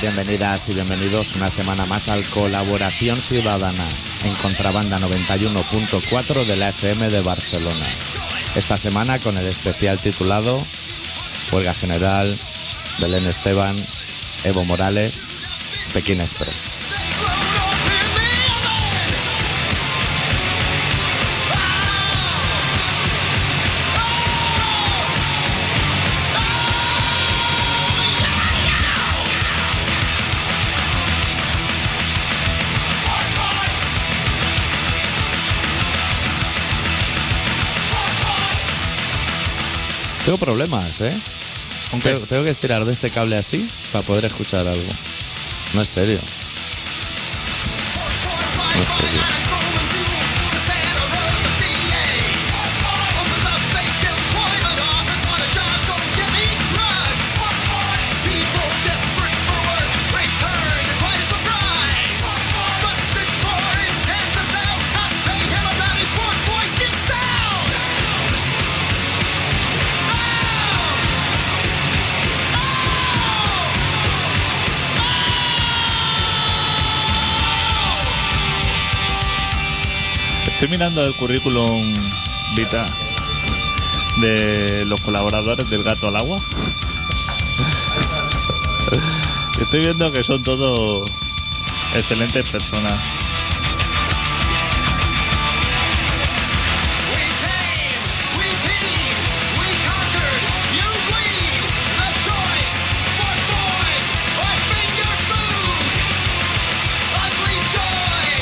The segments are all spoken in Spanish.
Bienvenidas y bienvenidos una semana más al Colaboración Ciudadana en Contrabanda 91.4 de la FM de Barcelona. Esta semana con el especial titulado Huelga General, Belén Esteban, Evo Morales, Pekín Express. Tengo problemas, ¿eh? Tengo, tengo que tirar de este cable así para poder escuchar algo. No es serio. Estoy mirando el currículum vita de los colaboradores del Gato al Agua. Estoy viendo que son todos excelentes personas. We came, we beat, we conquered, you bleed. A choice, what void, what finger food, ugly joy.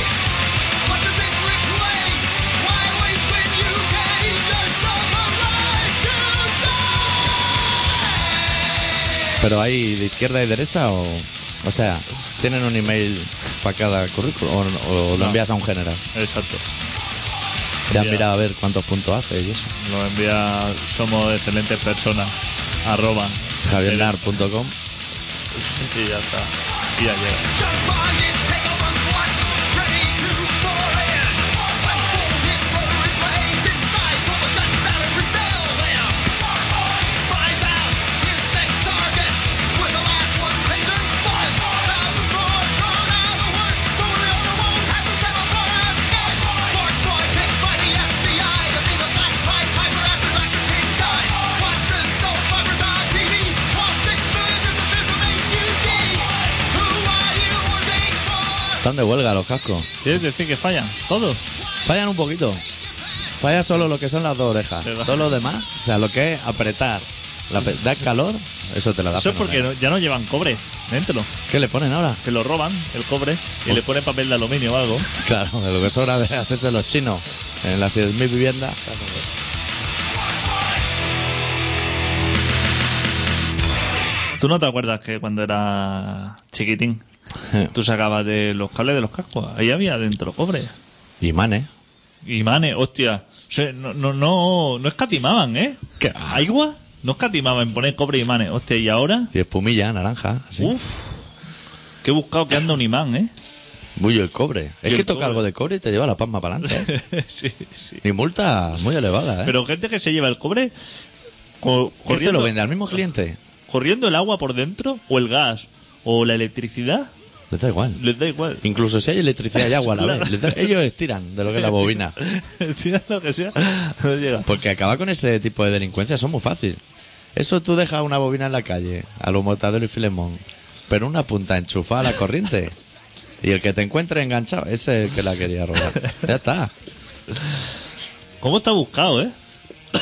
What does it replace? Why wait when you can eat yourself alive today? Pero hay de izquierda y derecha o... O sea, ¿tienen un email para cada currículum o, o lo No. envías a un general? Exacto. Te has Ya. mirado a ver cuántos puntos hace y eso. Lo envía somos excelentes personas. Arroba. javiernar.com Y ya está. Y ya llega. Jump bondage, take over what? Ready to fall in. Unfold his rotary blades inside from a gun that would repel them. Spies out his next target with the last one patient buzz. Thousands more drawn out of work, so the other won't have to settle for a gun. Fort Floyd picked by the FBI to be the black Pied Piper after Dr. King died. Watches soap operas on TV while six minutes is the fifth of HUD. Who are you working for? Están de huelga los cascos. ¿Quieres decir que fallan? Todos. Fallan un poquito. Falla solo lo que son las dos orejas. Te da. Todo lo demás, o sea, lo que es apretar, la pe- dar calor, eso te la da. Eso es porque fenomenal. no- ya no llevan cobre dentro. ¿Qué le ponen ahora? Que lo roban, el cobre, y le ponen papel de aluminio o algo. Claro, de lo que sobra de hacerse los chinos en las 10.000 viviendas. ¿Tú no te acuerdas que cuando era chiquitín tú sacabas de los cables de los cascos? Ahí había dentro cobre. Y manes. Imanes, hostia. Se- No, no, no, no escatimaban, ¿eh? ¿Qué? Aigua no escatimaban en poner cobre e imanes. Hostia, ¿y ahora? Y espumilla, naranja, así. Uh. Uf. Que he buscado que anda un imán, ¿eh? Bullo el cobre. Y Es que el toca cobre. algo de cobre y te lleva la palma para adelante. ¿eh? sí, sí. Y multa muy elevada, ¿eh? Pero gente que se lleva el cobre co- ¿Qué se corriendo, lo vende al mismo cliente? corriendo el agua por dentro, o el gas, o la electricidad, Les da igual. les da igual. Incluso si hay electricidad y agua a la Claro. vez. les da- Ellos estiran de lo que es la bobina. Tira lo que sea, no llega. Porque acabar con ese tipo de delincuencia es muy fácil. Eso tú dejas una bobina en la calle, a lo motadero y filemón, pero una punta enchufada a la corriente. Y el que te encuentre enganchado, ese es el que la quería robar. Ya está. ¿Cómo está buscado, eh?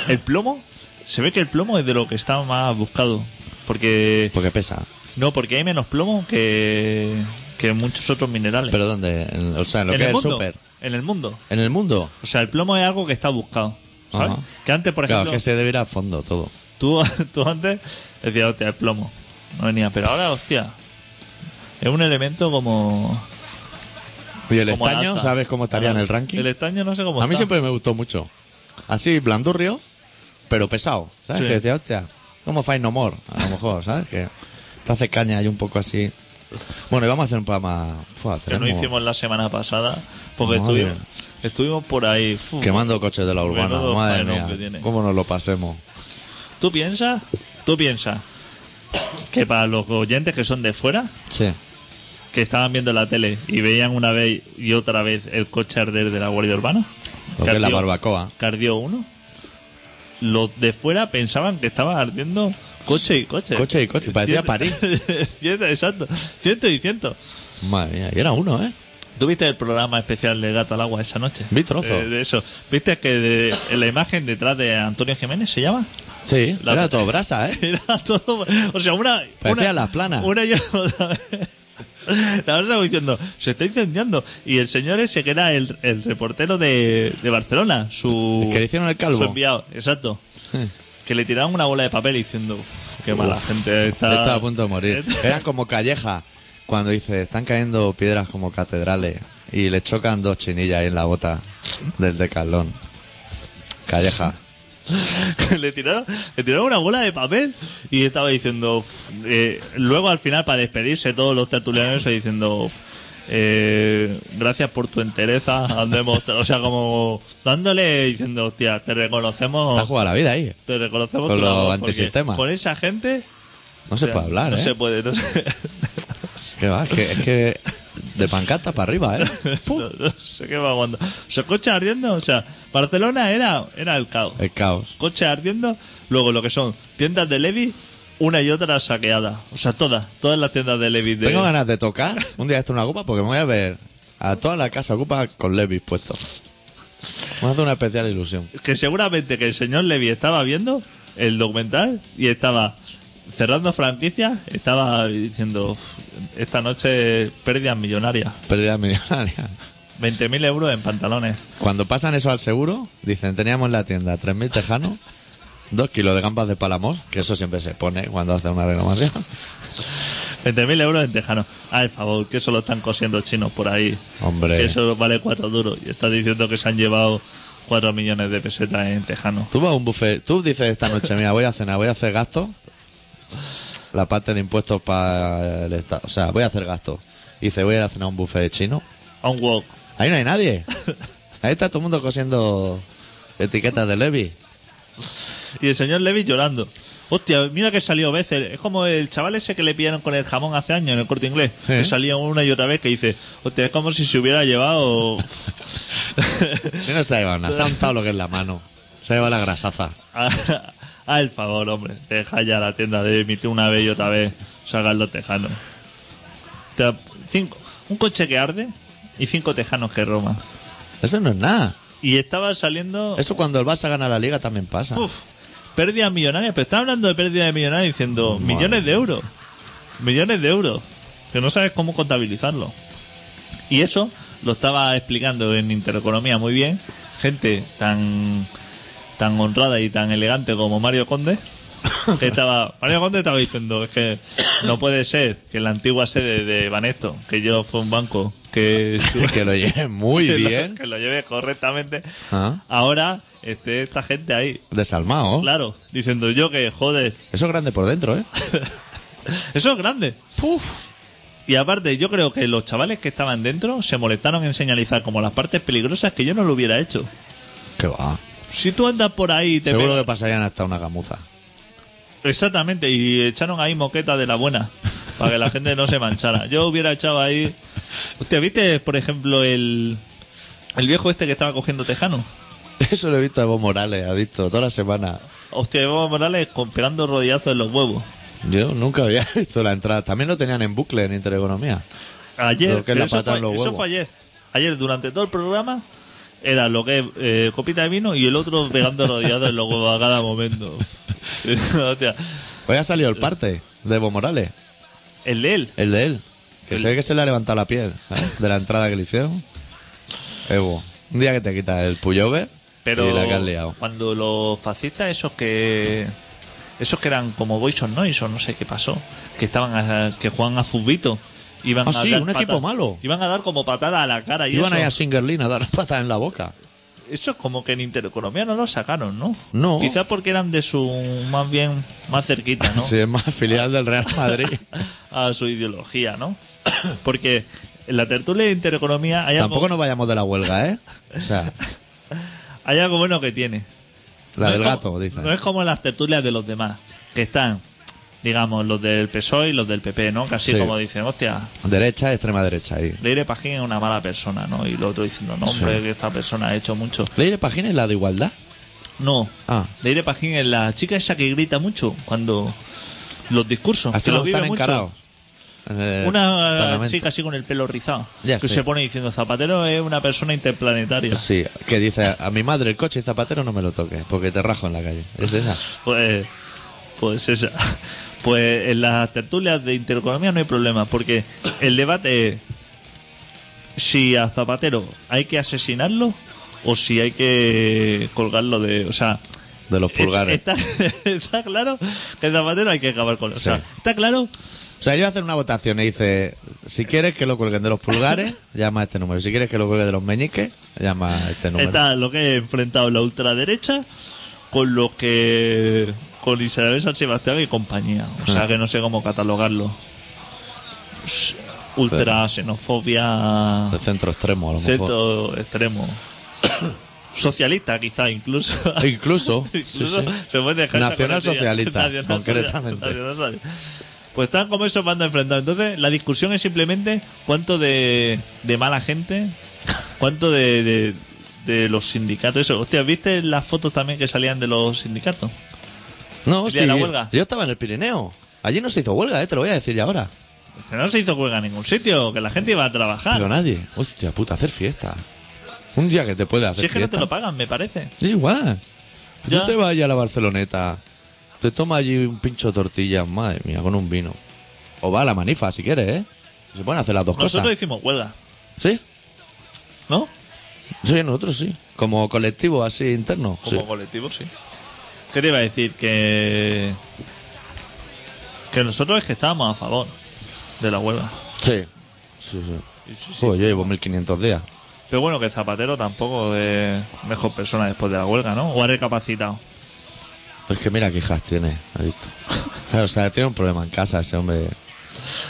El plomo, se ve que el plomo es de lo que está más buscado. Porque. Porque pesa. No, porque hay menos plomo que, que muchos otros minerales. ¿Pero dónde? En- o sea, en lo en que el es el mundo. súper. En el mundo. En el mundo. O sea, el plomo es algo que está buscado. ¿Sabes? Ajá. Que antes, por claro, ejemplo, que se debe ir a fondo todo. tú, tú antes decías, hostia, el plomo. No venía. Pero ahora, hostia. Es un elemento como. ¿Y el como estaño? lanza. ¿Sabes cómo estaría en el ranking? El estaño no sé cómo A mí está. siempre me gustó mucho. Así, blandurrio, pero pesado. ¿Sabes? Sí. Que decía, hostia, como Fine No More, a lo mejor, ¿sabes? Que te hace caña y un poco así. Bueno, y vamos a hacer un programa. Fua, Que no tenemos- hicimos la semana pasada. Porque Madre. estuvimos, estuvimos por ahí. fu, Quemando coches de la urbana, Menudo madre faenón que mía. tiene. ¿Cómo nos lo pasemos? ¿Tú piensas? Tú piensas que para los oyentes que son de fuera, Sí. que estaban viendo la tele y veían una vez y otra vez el coche arder de la Guardia Urbana. Lo que es la barbacoa. Cardio 1. Los de fuera pensaban que estaba ardiendo coche y coche. Coche y coche, parecía París. Ciento, exacto. Ciento y ciento. Madre mía, y era uno, ¿eh? ¿Tuviste el programa especial de Gato al Agua esa noche? Vi trozo. Eh, de eso. ¿Viste que de- en la imagen detrás de Antonio Jiménez se llama? Sí, La- era todo brasa, ¿eh? Era todo. O sea, una. Parecía una- Las Planas. Una y otra vez. La otra diciendo, se está incendiando. Y el señor ese que era el, el reportero de, de Barcelona, su. El que le hicieron el calvo. Su enviado, exacto. Que le tiraban una bola de papel diciendo, "Uf, qué mala gente está. Estaba a punto de morir. Eran como calleja. Cuando dice, están cayendo piedras como catedrales. Y le chocan dos chinillas ahí en la bota del decalón. Calleja. le, tiraron, le tiraron una bola de papel y estaba diciendo. "Uf", eh, luego al final, para despedirse, todos los tertulianos diciendo. "Uf, eh, gracias por tu entereza. Andemos, o sea, como dándole diciendo, hostia, te Está reconocemos. jugado la vida ahí. Te reconocemos Ah, Con tu los labor", porque antisistemas. Con esa gente. No se o sea, puede hablar, No ¿eh? se puede, no se, Que va, es que, es que de pancata para arriba, ¿eh? Pum. no- no sé qué va cuando. ¿Se coche ardiendo? O sea, Barcelona era, era el caos. El caos. coches ardiendo, luego lo que son tiendas de Levi, una y otra saqueada. O sea, todas, todas las tiendas de Levi. De... Tengo ganas de tocar un día esto en una copa porque me voy a ver a toda la casa ocupa con Levis puesto. Me hace una especial ilusión. Que seguramente que el señor Levi estaba viendo el documental y estaba cerrando franquicias, estaba diciendo, "Uf, esta noche pérdidas millonarias, Pérdida millonaria. 20.000 euros en pantalones. Cuando pasan eso al seguro, dicen, teníamos en la tienda 3.000 tejanos, 2 kilos de gambas de palamos, que eso siempre se pone cuando hace una renovación. 20.000 euros en tejano. Ay, favor, que eso lo están cosiendo chinos por ahí. Hombre. Que eso vale cuatro duros. Y está diciendo que se han llevado cuatro millones de pesetas en tejano. Tú vas a un buffet, tú dices esta noche, mira, voy a cenar, voy a hacer gastos, la parte de impuestos para el Estado, o sea, voy a hacer gastos. Y dices, voy a ir a cenar a un buffet de chino, A un wok. Ahí no hay nadie. Ahí está todo el mundo cosiendo etiquetas de Levi. Y el señor Levy llorando. Hostia, mira que salió veces. Es como el chaval ese que le pillaron con el jamón hace años en el corte inglés. Sí. Que salía una y otra vez que dice, hostia, es como si se hubiera llevado Si no se ha llevado nada, se ha untado lo que es la mano. Se ha llevado la grasaza. a- al favor, hombre. Deja ya la tienda de emitir una vez y otra vez. Sacan los tejanos. Te da cinco- un coche que arde y cinco tejanos que roman. Eso no es nada. Y estaba saliendo. Eso cuando el Barça gana la liga también pasa. Uf, pérdidas millonarias, pero está hablando de pérdidas de millonarias diciendo millones de euros. Millones de euros. Que no sabes cómo contabilizarlo. Y eso lo estaba explicando en Intereconomía muy bien. Gente tan tan honrada y tan elegante como Mario Conde. que estaba, Mario Conde estaba diciendo es que no puede ser que la antigua sede de Banesto, que yo fue un banco, que su- Que lo lleves muy que lo- bien. que lo lleve correctamente, Ah. ahora esté esta gente ahí Desalmado. Claro, diciendo yo que, joder, Eso es grande por dentro, ¿eh? eso es grande. Y aparte, yo creo que los chavales que estaban dentro se molestaron en señalizar como las partes peligrosas que yo no lo hubiera hecho. Que va. Si tú andas por ahí, y te Seguro pegas- que pasarían hasta una gamuza. Exactamente, y echaron ahí moqueta de la buena, para que la gente no se manchara. Yo hubiera echado ahí... ¿Usted viste, por ejemplo, el, el viejo este que estaba cogiendo tejano? Eso lo he visto a Evo Morales, adicto, toda la semana. Hostia, Evo Morales con- pegando rodillazos en los huevos. Yo nunca había visto la entrada. También lo tenían en bucle en Intereconomía. Ayer, Lo que es la eso, pata fue, en los eso huevos. fue ayer. Ayer, durante todo el programa, era lo que es eh, copita de vino y el otro pegando rodeado en los huevos a cada momento. Hostia. Hoy ha salido el parte de Evo Morales. el de él. El de él. Que se ve que se le ha levantado la piel ¿sabes? de la entrada que le hicieron. Evo, un día que te quitas el pullover Pero y la que has liado. cuando los fascistas, esos que. Esos que eran como Boys on Noise o no sé qué pasó, que estaban a- que juegan a futbito. Iban Ah, a sí, dar un equipo pata- malo. Iban a dar como patada a la cara. Y Iban eso, ahí a Singerlin a dar patas en la boca. eso es como que en Intereconomía no lo sacaron, ¿no? No. Quizás porque eran de su. más bien. más cerquita, ¿no? Si es más filial del Real Madrid. a su ideología, ¿no? Porque en la tertulia de intereconomía hay algo, Tampoco nos vayamos de la huelga, ¿eh? O sea, hay algo bueno que tiene. la No es del como- gato, dicen. No es como las tertulias de los demás, que están digamos, los del PSOE E y los del PP, ¿no? Casi Sí. como dicen, hostia, Derecha, extrema derecha ahí. Leire Pajín es una mala persona, ¿no? Y lo otro diciendo, no, hombre, Sí. que esta persona ha hecho mucho. Ley de página es la de igualdad. No, Ah. Leire Pajín es la chica esa que grita mucho cuando los discursos, Así que lo los vive están mucho. encarados. en el Una Parlamento. chica así con el pelo rizado, Ya que sé. se pone diciendo, Zapatero es una persona interplanetaria. Sí, que dice a mi madre el coche y zapatero no me lo toques porque te rajo en la calle. Es esa. Pues, pues esa. Pues en las tertulias de intereconomía no hay problema, porque el debate es si a Zapatero hay que asesinarlo o si hay que colgarlo de. O sea. De Eh, los pulgares. Está, está claro que Zapatero hay que acabar con él. O sea, Sí. está claro. O sea, yo voy a hacer una votación y dice, si quieres que lo cuelguen de los pulgares, llama a este número. Si quieres que lo cuelguen de los meñiques, llama a este número. Está lo que he enfrentado la ultraderecha con lo que. con Isabel San Sebastián y compañía. O sea Ah. que no sé cómo catalogarlo. Ultra xenofobia. El centro extremo, a lo mejor. Centro extremo. Socialista, quizá incluso. E Incluso. sí, Incluso sí. se puede dejar esa Nacionalsocialista, coletilla. Nacional- concretamente. nacional- Pues están como esos bandos enfrentados. Entonces, la discusión es simplemente cuánto de, de mala gente, cuánto de, de- de los sindicatos. Eso, hostia, ¿viste las fotos también que salían de los sindicatos? No, El sí. día de la huelga. Yo estaba en el Pirineo. Allí no se hizo huelga, eh, te lo voy a decir ya ahora. Que no se hizo huelga en ningún sitio, que la gente iba a Pero trabajar. nadie. Hostia puta, hacer fiesta. Un día que te puede hacer Si es que no te fiesta. lo pagan, me parece. Es igual. Ya. No te vayas a la Barceloneta. Te toma allí un pincho de tortillas, madre mía, con un vino. O va a la manifa si quieres, ¿eh? Se pueden hacer las dos Nosotros cosas. hicimos huelga, Sí, ¿no? sí, nosotros sí. Como colectivo así interno. Como sí. colectivo, sí. ¿Qué te iba a decir? Que. Que nosotros es que estábamos a favor de la huelga. sí. Sí, sí. Joder, yo llevo 1500 días. Pero bueno, que Zapatero tampoco es mejor persona después de la huelga, ¿no? O ha recapacitado. Es que mira qué hijas tiene, adicto. Claro, o sea, tiene un problema en casa ese hombre.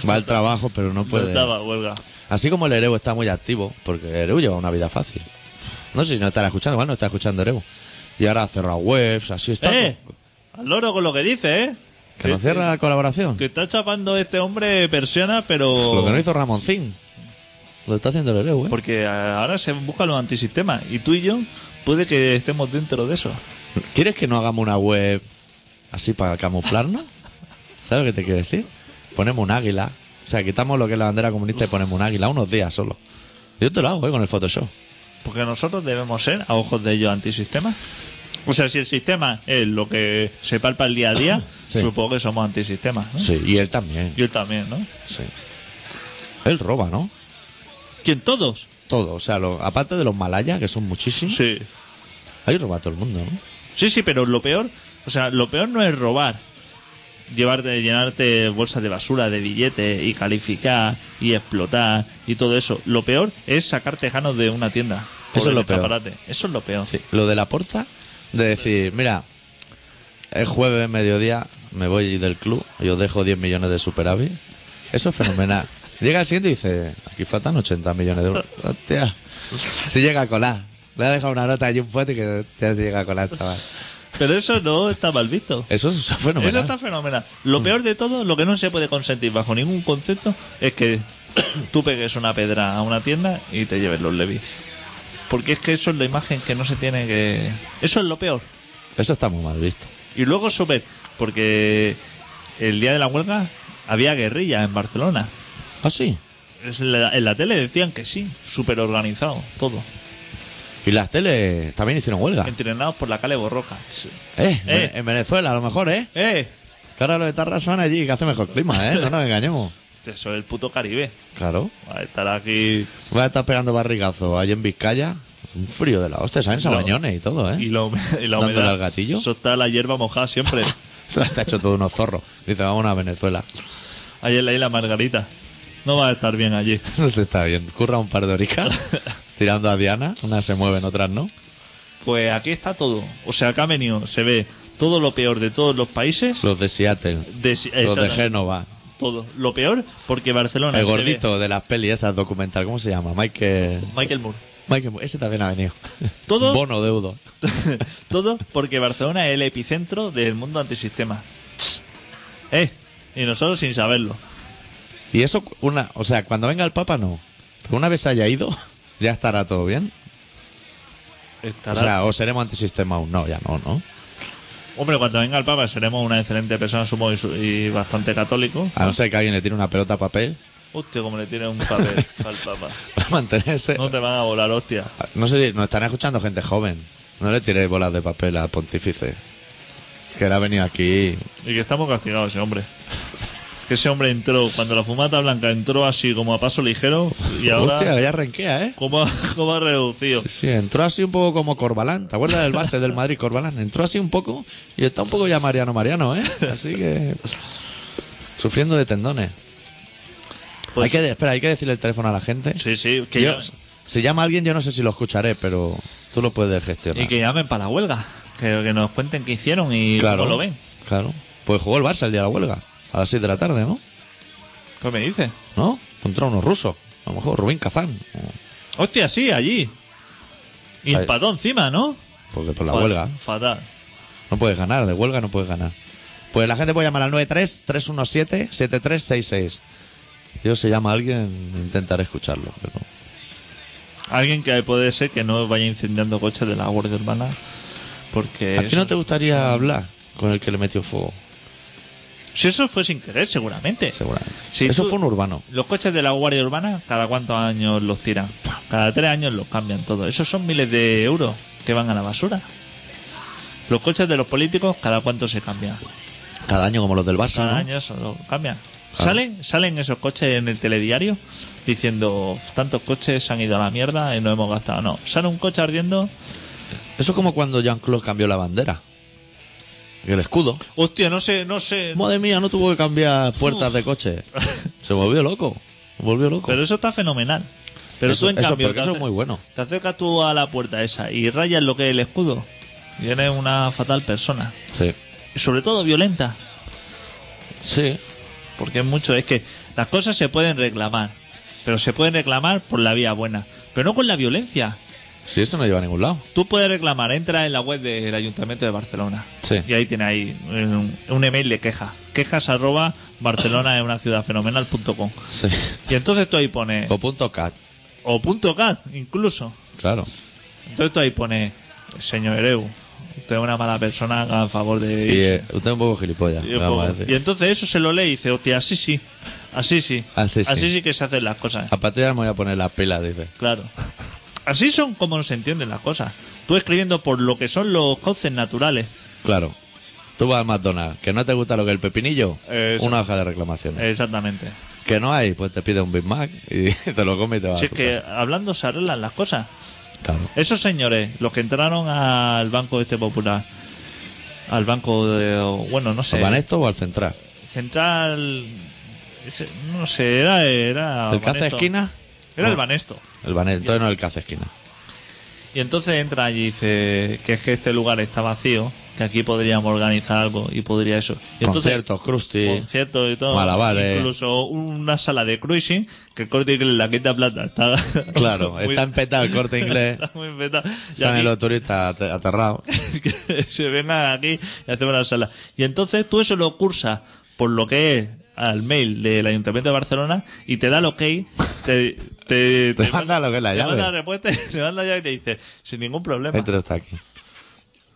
Va al trabajo, pero no No puede. estaba huelga. Así como el Ereu está muy activo, porque Ereu lleva una vida fácil. No sé si no estará escuchando, igual no está escuchando Ereu. Y ahora ha cerrado webs, así está. ¡Eh! Al loro con lo que dice, ¿eh? Que no cierra la colaboración. Que está chapando este hombre persiana, Lo que no pero. hizo Ramoncín. Lo está haciendo el Ereu, ¿eh? Porque ahora se buscan los antisistemas. Y tú y yo puede que estemos dentro de eso. ¿Quieres que no hagamos una web así para camuflarnos? ¿Sabes lo que te quiero decir? Ponemos un águila. O sea, quitamos lo que es la bandera comunista y ponemos un águila unos días solo. Yo te lo hago, ¿eh? Con el Photoshop. Porque nosotros debemos ser, a ojos de ellos, antisistema. O sea, si el sistema es lo que se palpa el día a día, Sí. supongo que somos antisistema. ¿no? Sí, y él también. Yo también, ¿no? Sí. Él roba, ¿no? ¿Quién? ¿Todos? Todo, o sea, lo- aparte de los malayas, que son muchísimos, Sí. ahí roba todo el mundo, ¿no? Sí, sí, pero lo peor, o sea, lo peor no es robar. Llevarte, llenarte bolsas de basura, de billetes, y calificar, y explotar, y todo eso. Lo peor es sacar tejanos de una tienda. por Eso es el lo peor. escaparate. Eso es lo peor. Sí. Lo de la porta, de decir, mira, el jueves mediodía me voy del club y os dejo 10 millones de superávit. Eso es fenomenal. llega el siguiente y dice, aquí faltan 80 millones de euros. Hostia. Si llega a colar. Le ha dejado una nota y un pote que hostia, si llega a colar, chaval. Pero eso no está mal visto. Eso es fenomenal. pues Eso está fenomenal. Lo peor de todo, lo que no se puede consentir bajo ningún concepto, es que tú pegues una pedra a una tienda y te lleves los levis. Porque es que eso es la imagen que no se tiene que... Eso es lo peor. Eso está muy mal visto. Y luego súper, porque el día de la huelga había guerrilla en Barcelona. Ah, sí. Es la- en la tele decían que sí, súper organizado, todo. Y las teles también hicieron huelga. Entrenados por la Cale Borroca. Eh, Eh. en Venezuela a lo mejor, ¿eh? ¡Eh! Que ahora los etarras van allí, que hace mejor clima, ¿eh? No nos engañemos. Eso es el puto Caribe. Claro. Va a estar aquí Va a estar pegando barrigazo allí en Vizcaya. Un frío de la hostia, salen Claro. sabañones y todo, y ¿eh? la, hume- y la ¿Dándole humedad. al gatillo? Eso está la hierba mojada siempre. Se está hecho todo unos zorros. Dice, vamos a Venezuela. Ahí en la isla Margarita. No va a estar bien allí. No se está bien. Curra un par de oricas tirando a Diana. Unas se mueven, otras no. Pues aquí está todo. O sea, acá ha venido, se ve todo lo peor de todos los países. Los de Seattle. De, Los de exactamente, Génova. Todo. Lo peor, porque Barcelona. El se ve- gordito de las pelis esas documental. ¿Cómo se llama? Michael... Michael Moore. Michael... Ese también ha venido. Todo- Bono deudo. todo porque Barcelona es el epicentro del mundo antisistema. Eh, Y nosotros sin saberlo. Y eso, una, o sea, cuando venga el Papa no. Pero una vez haya ido, ya estará todo bien. O Estará- sea, o seremos antisistema aún. No, ya no, ¿no? Hombre, cuando venga el Papa seremos una excelente persona, somos y, su- y bastante católicos. A no ser que alguien le tire una pelota a papel Hostia, como le tiene un papel al Papa. para mantenerse. No te van a volar, hostia. No sé si nos están escuchando gente joven. No le tiréis bolas de papel al pontífice. Que él ha venido aquí. Y que estamos castigados ese hombre. Que ese hombre entró, cuando la fumata blanca entró así como a paso ligero y ahora Hostia, ya renquea, ¿eh? ¿cómo, ha- cómo ha reducido. Sí, sí, entró así un poco como Corbalán. ¿Te acuerdas del base del Madrid Corbalán? Entró así un poco y está un poco ya Mariano Mariano, ¿eh? Así que. Sufriendo de tendones. Pues- hay que, de- espera, hay que decirle el teléfono a la gente. Sí, sí, que Yo- ya- Si llama alguien, yo no sé si lo escucharé, pero tú lo puedes gestionar. Y que llamen para la huelga. Que, que nos cuenten qué hicieron y claro, cómo lo ven. Claro. Pues jugó el Barça el día de la huelga, a las 6 de la tarde, ¿no? ¿Qué me dices? ¿No? Contra unos rusos. A lo mejor Rubín Kazán. Hostia, sí, allí. Y Ahí. empató encima, ¿no? Porque por la Fa- huelga. Fatal. No puedes ganar, de huelga no puedes ganar. Pues la gente puede llamar al 93-317-7366. Yo si llama alguien, intentaré escucharlo. Pero... Alguien que puede ser que no vaya incendiando coches de la Guardia Urbana. Porque. ¿A ti no eso- te gustaría hablar con el que le metió fuego? Si eso fue sin querer, seguramente. Seguramente. Si Eso Eh, tú- fue un urbano. Los coches de la Guardia Urbana, ¿cada cuántos años los tiran? Cada tres años los cambian todo. Esos son miles de euros que van a la basura. Los coches de los políticos, ¿cada cuánto se cambian? Cada año como los del Barça, Cada ¿no? año eso lo cambian. Claro. ¿Salen, salen esos coches en el telediario diciendo tantos coches se han ido a la mierda y no hemos gastado. No, sale un coche ardiendo. Eso es como cuando Jean-Claude cambió la bandera. Y el escudo. Hostia, no sé, no sé. Madre mía, no tuvo que cambiar puertas de coche. Se volvió loco. Se volvió loco. Pero eso está fenomenal. Pero Eso- tú en eso, cambio. porque te eso es ace- muy bueno. Te acercas tú a la puerta esa y rayas lo que es el escudo. Y eres una fatal persona. Sí. Y sobre todo violenta. Sí. Porque mucho es que las cosas se pueden reclamar. Pero se pueden reclamar por la vía buena. Pero no con la violencia. Sí, eso no lleva a ningún lado. Tú puedes reclamar, entra en la web del Ayuntamiento de Barcelona. Sí. Y ahí tiene ahí eh, un, un email de quejas. Quejas arroba Barcelona es una ciudad fenomenal punto com. Sí. Y entonces tú ahí pones. O punto cat. O punto cat, incluso. Claro. Entonces tú ahí pones. Señor Ereu, usted es una mala persona, haga el favor de Y irse". eh, usted es un poco gilipollas. Y, vamos a pues, decir. y entonces eso se lo lee y dice, hostia, así sí. Así sí. Así sí. que se hacen las cosas. A partir de ahora me voy a poner las pilas, dice. Claro. Así son como se entienden las cosas. Tú escribiendo por lo que son los cauces naturales. Claro. Tú vas al McDonald's, que no te gusta lo que es el pepinillo, Eso. una hoja de reclamaciones. Exactamente. Que no hay, pues te pide un Big Mac y te lo comes y te vas Si a es tu que casa. hablando se arreglan las cosas. Claro. Esos señores, los que entraron al Banco Este Popular, al Banco de. Bueno, no sé. ¿Van esto o al central? Central. ese- No sé, era. era ¿El caza Banesto. esquina? Era el No. Banesto. El Banesto, entonces no el caza esquina. Y entonces entra allí y dice que es que este lugar está vacío, que aquí podríamos organizar algo y podría eso. Y entonces, Conciertos, Krusty. conciertos y todo. Malabares. Incluso una sala de cruising que el corte inglés la quinta plata. Está Claro, muy- está en peta el corte inglés. está muy petado. Y Salen aquí- los turistas ate- aterrados. que se vengan aquí y hacemos la sala. Y entonces tú eso lo cursas por lo que es al mail del Ayuntamiento de Barcelona y te da el ok, te, te, te, manda lo que es la te llave. manda la respuesta, te manda la llave y te dice, sin ningún problema. Entre está aquí.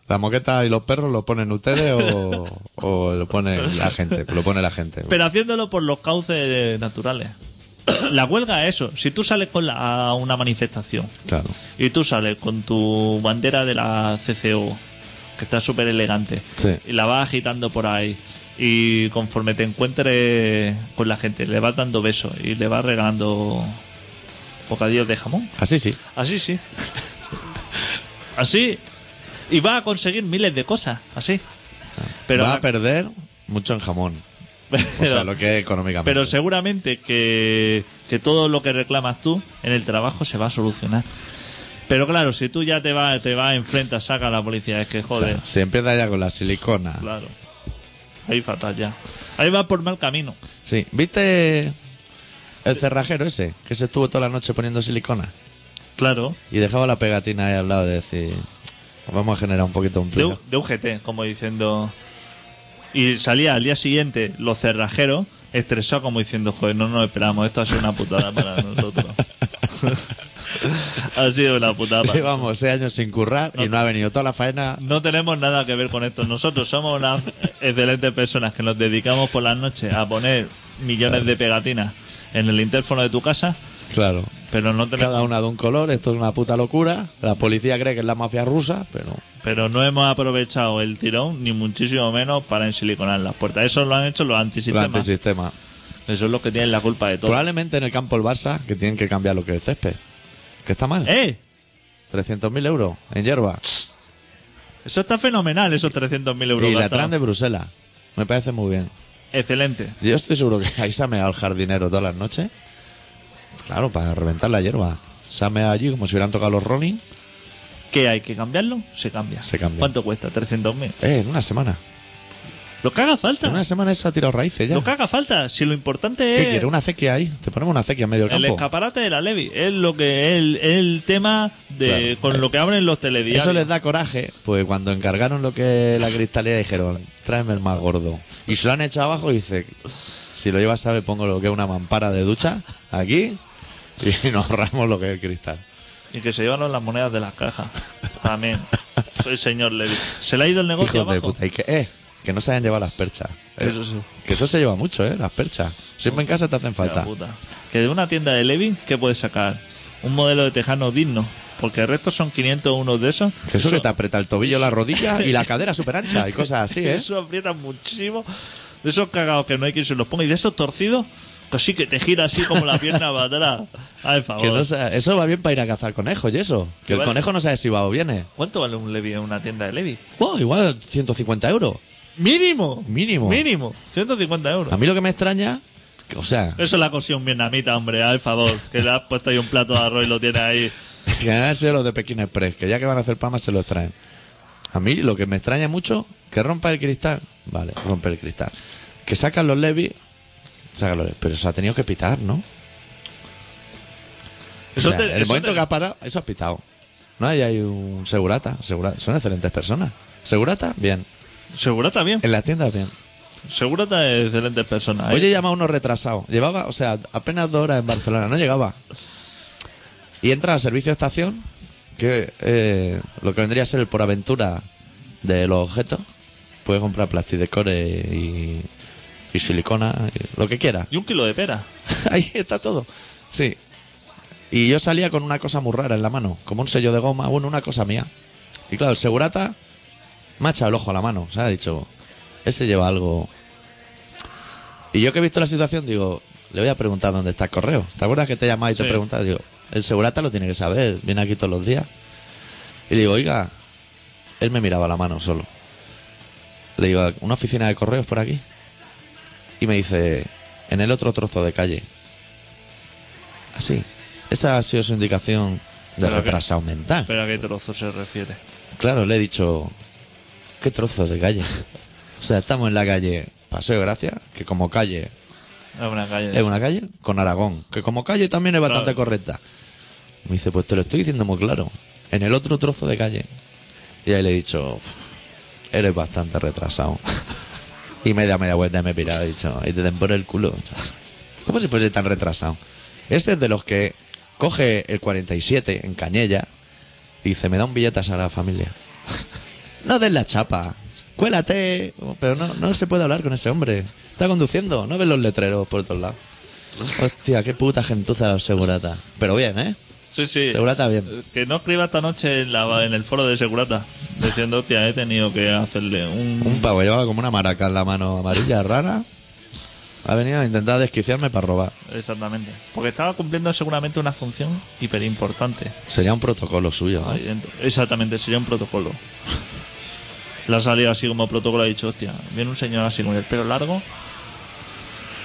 La moqueta y los perros lo ponen ustedes o, o lo pone la gente. Lo pone la gente. Pero haciéndolo por los cauces naturales. La huelga es eso. Si tú sales con la, a una manifestación Claro. y tú sales con tu bandera de la CCO, que está súper elegante, Sí. y la vas agitando por ahí, y conforme te encuentres con la gente, le vas dando besos y le vas regalando bocadillos de jamón. Así sí. Así sí. Así. Y vas a conseguir miles de cosas, así. Pero, va la- a perder mucho en jamón. O sea, pero- lo que es económicamente. Pero seguramente que, que todo lo que reclamas tú en el trabajo se va a solucionar. Pero claro, si tú ya te vas, te vas, enfrentas, saca a la policía, es que joder, Si empieza ya con la silicona. claro. Ahí fatal ya. Ahí va por mal camino. Sí. ¿Viste el cerrajero ese? Que se estuvo toda la noche poniendo silicona. Claro. Y dejaba la pegatina ahí al lado de decir... Vamos a generar un poquito de De, empleo. U- de UGT, como diciendo. Y salía al día siguiente los cerrajeros, estresados como diciendo, joder, no nos esperamos, esto ha sido una putada para nosotros. ha sido una putada. para Llevamos seis años sin currar y no ha venido toda la faena. no tenemos nada que ver con esto. Nosotros somos unas excelentes personas que nos dedicamos por las noches a poner millones de pegatinas en el interfono de tu casa, Claro. pero no tenemos, Cada una de un color, esto es una puta locura. La policía cree que es la mafia rusa, pero pero no hemos aprovechado el tirón ni muchísimo menos para ensiliconar las puertas. Eso lo han hecho los el antisistemas. antisistema. Eso es lo que tienen la culpa de todo. Probablemente en el campo el Barça, que tienen que cambiar lo que es césped. Que está mal. ¡Eh! 300.000 euros en hierba. Eso está fenomenal, esos 300.000 euros Y la gastados. tran de Bruselas. Me parece muy bien. Excelente. Yo estoy seguro que ahí se ha meado el jardinero todas las noches. Claro, para reventar la hierba. Se ha meado allí como si hubieran tocado los Rolling. ¿Qué hay que cambiarlo? Se cambia. Se cambia. ¿Cuánto cuesta? 300.000. Eh, en una semana. Lo que haga En falta. una semana eso ha tirado raíces ya. Ah. Lo que haga falta. Si lo importante es... ¿Qué quiere? ¿Una acequia ahí? Te ponemos una acequia en medio del Eh, El campo. escaparate de la Levi es lo que el, el tema de Claro. con lo que abren los telediarios. Eso les da coraje, pues cuando encargaron lo que es la cristalera dijeron, tráeme el más gordo. Y se lo han echado abajo y dice, si lo llevas sabe pongo lo que es una mampara de ducha aquí y nos ahorramos lo que es el cristal. Y que se llevaron las monedas de las cajas. También. Soy señor Levi. Se le ha ido el negocio Hijos de abajo. puta. Y que, eh, que no se hayan llevado las perchas. Eh, Eso sí. que eso se lleva mucho, eh, las perchas. Siempre en casa te hacen Hija de falta. puta. Que de una tienda de Levi, ¿qué puedes sacar? Un modelo de tejano digno. Porque el resto son 501 de esos. Que eso que te aprieta el tobillo, la rodilla y la cadera súper ancha y cosas así, ¿eh? Eso aprieta muchísimo. De esos cagados que no hay quien se los ponga. Y de esos torcidos, que sí que te gira así como la pierna para atrás. Ay, favor. Que no sa- eso va bien para ir a cazar conejos y eso. Que Que el vale. conejo no sabe si va o viene. ¿Cuánto vale un Levi en una tienda de Levi? Oh, igual 150 euros. Mínimo. Mínimo. Mínimo. 150 euros. A mí lo que me extraña, que, o sea, Eso la cosión vietnamita, hombre, al favor. Que le has puesto ahí un plato de arroz y lo tienes ahí. que han sido los de Pekín Express, que ya que van a hacer palmas se los traen. A mí lo que me extraña mucho, que rompa el cristal, vale, rompe el cristal. Que sacan los Levi, sacan los Levi, pero se ha tenido que pitar, ¿no? O Eso sea, te- el eso momento te- que ha parado, eso ha pitado. No, ahí hay un segurata, segura- son excelentes personas. Segurata, bien. Segurata bien. En las tiendas, bien. Segurata es excelente persona. ¿eh? Oye, llama uno retrasado. Llevaba, o sea, apenas dos horas en Barcelona, no llegaba. Y entra al servicio de estación, que eh, lo que vendría a ser el por aventura de los objetos. Puedes comprar plastidecore y, y silicona, y lo que quieras. Y un kilo de pera. Ahí está todo. Sí. Y yo salía con una cosa muy rara en la mano, como un sello de goma, bueno, una cosa mía. Y claro, el segurata me ha echado el ojo a la mano, se ha dicho, ese lleva algo. Y yo que he visto la situación, digo, le voy a preguntar dónde está el correo. ¿Te acuerdas que te llamaba y te Sí. preguntaba? Digo, el segurata lo tiene que saber, viene aquí todos los días. Y digo, oiga, él me miraba la mano solo. Le digo, ¿una oficina de correos por aquí? Y me dice, en el otro trozo de calle. Así. Esa ha sido su indicación de Pero que- retrasado mental. Pero a qué trozo se refiere. Claro, le he dicho, ¿qué trozo de calle? o sea, estamos en la calle Paseo de Gracia, que como calle Es una calle. es una calle, con Aragón, que como calle también es bastante Claro. correcta. Me dice, pues te lo estoy diciendo muy claro, en el otro trozo de calle. Y ahí le he dicho, "Uf, eres bastante retrasado. y media, media vuelta y me he pirado, he dicho, y te den por el culo. ¿Cómo se puede ser tan retrasado? Ese es de los que coge el 47 en Cañella y dice, me da un billete a Sagrada Familia. no des la chapa. Cuélate. Pero no, no se puede hablar con ese hombre. Está conduciendo. No ves los letreros por todos lados. Hostia, qué puta gentuza los segurata. Pero bien, ¿eh? Sí, sí. Segurata bien. Eh, Que no escriba esta noche en, la- en el foro de Segurata. Diciendo, hostia, he tenido que hacerle un. Un pavo llevaba como una maraca en la mano amarilla rara. Ha venido a intentar desquiciarme para robar. Exactamente. Porque estaba cumpliendo seguramente una función hiper importante. Sería un protocolo suyo. ¿eh? ¿no? Ahí dentro. Exactamente, sería un protocolo. La ha salido así como protocolo, ha dicho, hostia, viene un señor así con el pelo largo,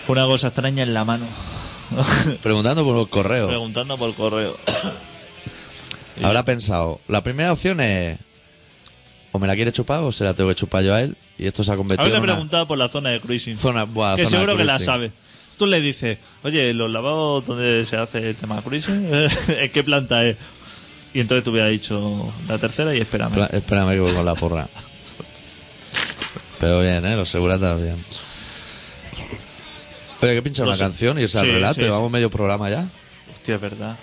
con una cosa extraña en la mano, Preguntando por los correos. preguntando por correo. Habrá pensado, la primera opción es... O me la quiere chupar o se la tengo que chupar yo a él. Y esto se ha convertido Haberle en una preguntado por la zona de cruising. zona... buah, que zona seguro que la cruising. sabe. Tú le dices, oye, los lavados donde se hace el tema cruising, ¿en qué planta es? Y entonces tú hubieras dicho la tercera y espérame. Espera- Espérame que voy con la porra. Pero bien, ¿eh? Los seguratas, bien. Pero hay que pinchar No una sé. canción y irse al Sí, relato. sí, sí. Vamos medio programa ya. Hostia, es verdad.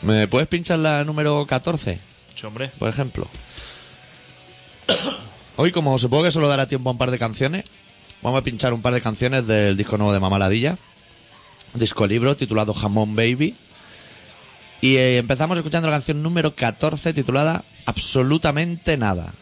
¿Me puedes pinchar la número 14, Sí, hombre. por ejemplo? Hoy, como supongo que solo dará tiempo a un par de canciones, vamos a pinchar un par de canciones del disco nuevo de Mamá Ladilla. Un disco libro titulado Jamón Baby. Y eh, empezamos escuchando la canción número 14 titulada Absolutamente Nada.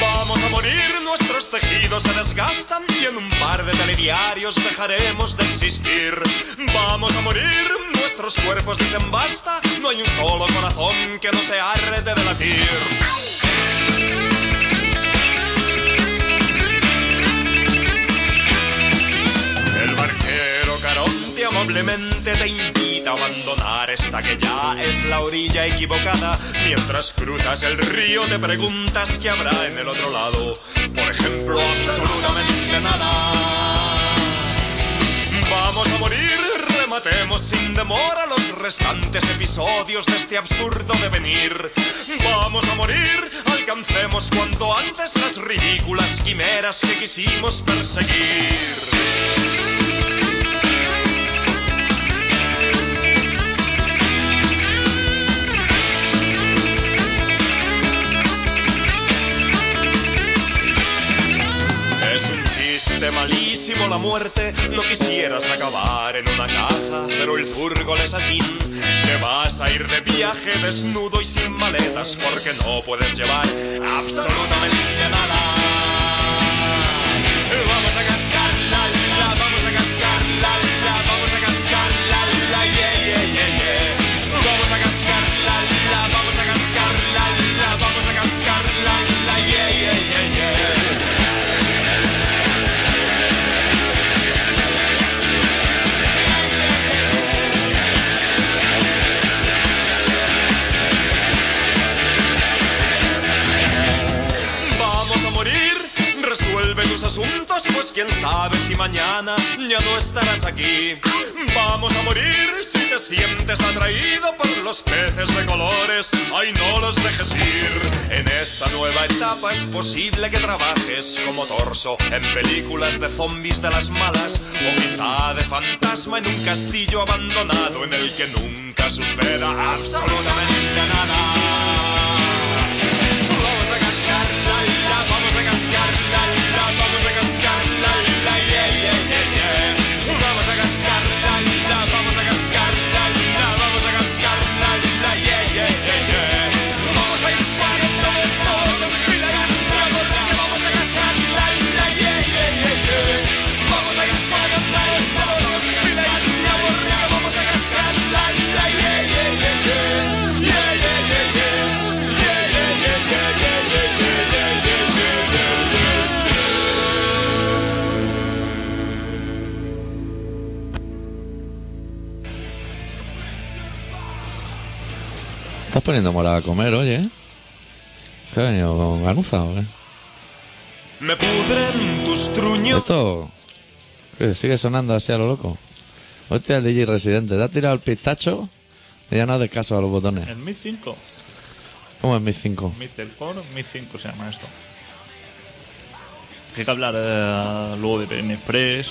Vamos a morir, nuestros tejidos se desgastan y en un par de telediarios dejaremos de existir. Vamos a morir, nuestros cuerpos dicen basta, no hay un solo corazón que no se arde de latir. El barquero Caronte amablemente te invita a abandonar esta que ya es la orilla equivocada. Mientras cruzas el río te preguntas qué habrá en el otro lado. Por ejemplo, absolutamente nada. Vamos a morir, rematemos sin demora los restantes episodios de este absurdo devenir. Vamos a morir, alcancemos cuanto antes las ridículas quimeras que quisimos perseguir. Es un chiste malísimo la muerte, no quisieras acabar en una caja, pero el furgón es así. Te vas a ir de viaje desnudo y sin maletas porque no puedes llevar absolutamente nada. Vamos a cascar la la, vamos a cascar la la, vamos a cascar la la, yeah, yeah, yeah, yeah. Vamos a cascar la la, vamos a cascar la la, vamos a cascar la la, yeah, yeah, yeah, yeah. Vamos a morir, resuelve tus asuntos, pues quién sabe si mañana ya no estarás aquí. Vamos a morir si te sientes atraído por los peces de colores, ay no los dejes ir. En esta nueva etapa es posible que trabajes como torso en películas de zombies de las malas o quizá de fantasma en un castillo abandonado en el que nunca suceda absolutamente nada. Vamos a cascar la la, vamos a cascar la la, vamos a cascar la la, yeah, yeah, yeah, yeah. Vamos a cascar la la, vamos a cascar la la, vamos a cascar la la, yeah, yeah, yeah, yeah. Vamos a cascar la la, vamos a cascar la la, vamos a cascar la la, yeah, yeah, yeah, yeah. Vamos a cascar la la, vamos a cascar la la, vamos a cascar la la, yeah, yeah, yeah, yeah. Yeah, yeah, yeah, yeah. Yeah, yeah, yeah, yeah, yeah, yeah, yeah, yeah, yeah, yeah, yeah. Estás poniendo morada a comer, oye. ¿eh? ¿Qué ha venido con ganuza o qué? Me pudren tus truños. Esto que sigue sonando así a lo loco. Hostia, el DJ residente, te has tirado el pistacho y ya no haces caso a los botones. El Mi 5. ¿Cómo es mis 5? Mr. 4, Mi 5 se llama esto. Hay que hablar eh, luego de PN Express,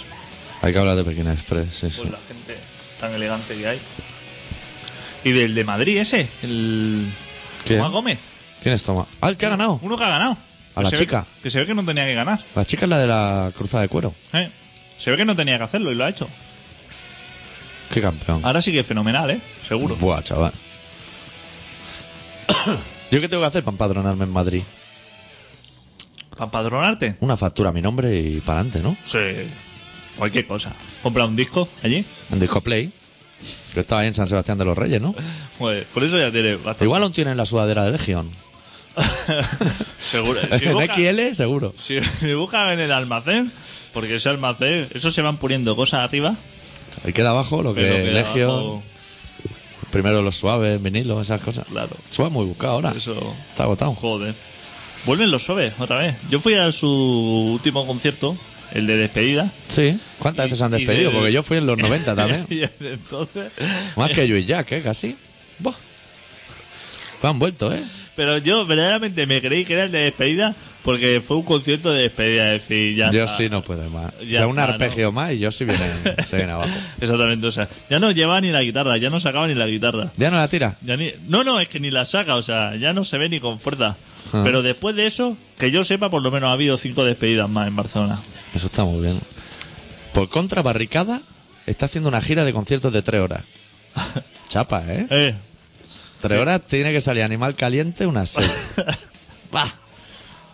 Hay que hablar de Pekín Express, sí, sí. con la gente tan elegante que hay. Y del de Madrid ese, el ¿Quién? Tomás Gómez, ¿Quién es Toma? Ah, el que ha ganado. uno que ha ganado. A Que la se ve chica. que- que se ve que no tenía que ganar. La chica es la de la cruzada de cuero. ¿eh? Se ve que no tenía que hacerlo y lo ha hecho. Qué campeón. Ahora sí que es fenomenal, ¿eh? Ah, Seguro. Buah, chaval. ¿Yo qué tengo que hacer para empadronarme en Madrid? ¿Para empadronarte? Una factura a mi nombre y para adelante, ¿no? Sí. Cualquier cosa. Compra un disco allí. En Discoplay. Que estaba ahí en San Sebastián de los Reyes, ¿no? Pues, por eso ya tiene bastante. Igual aún tienen la sudadera de Legion. Seguro. Si En busca- XL, seguro. Si, si buscan en el almacén, porque ese almacén, eso se van poniendo cosas arriba. Y queda abajo lo que Pero que Legion, abajo, primero los suaves, vinilo, esas cosas. Claro. Eso va muy buscado ahora. eso, Está agotado. joder. Vuelven los suaves otra vez. Yo fui a su último concierto el de despedida. Sí. ¿Cuántas Y- veces han y despedido? de- Porque yo fui en los 90 también. y desde entonces. Más que yo y Jack, ¿eh? Casi. Buah. Pues han vuelto, ¿eh? Pero yo verdaderamente me creí que era el de despedida porque fue un concierto de despedida. Es decir, ya yo está. sí no puedo más. Ya o sea, un está, ¿no? arpegio más y yo sí viene, se viene abajo. Exactamente, o sea, ya no llevaba ni la guitarra, ya no sacaba ni la guitarra. ¿Ya no la tira? Ya ni- no, no, es que ni la saca, o sea, ya no se ve ni con fuerza. Ah. Pero después de eso, que yo sepa, por lo menos ha habido cinco despedidas más en Barcelona. Eso está muy bien. Por contra, Barricada está haciendo una gira de conciertos de tres horas. Chapa, ¿eh? Eh, Tres horas tiene que salir Animal Caliente una serie. Bah.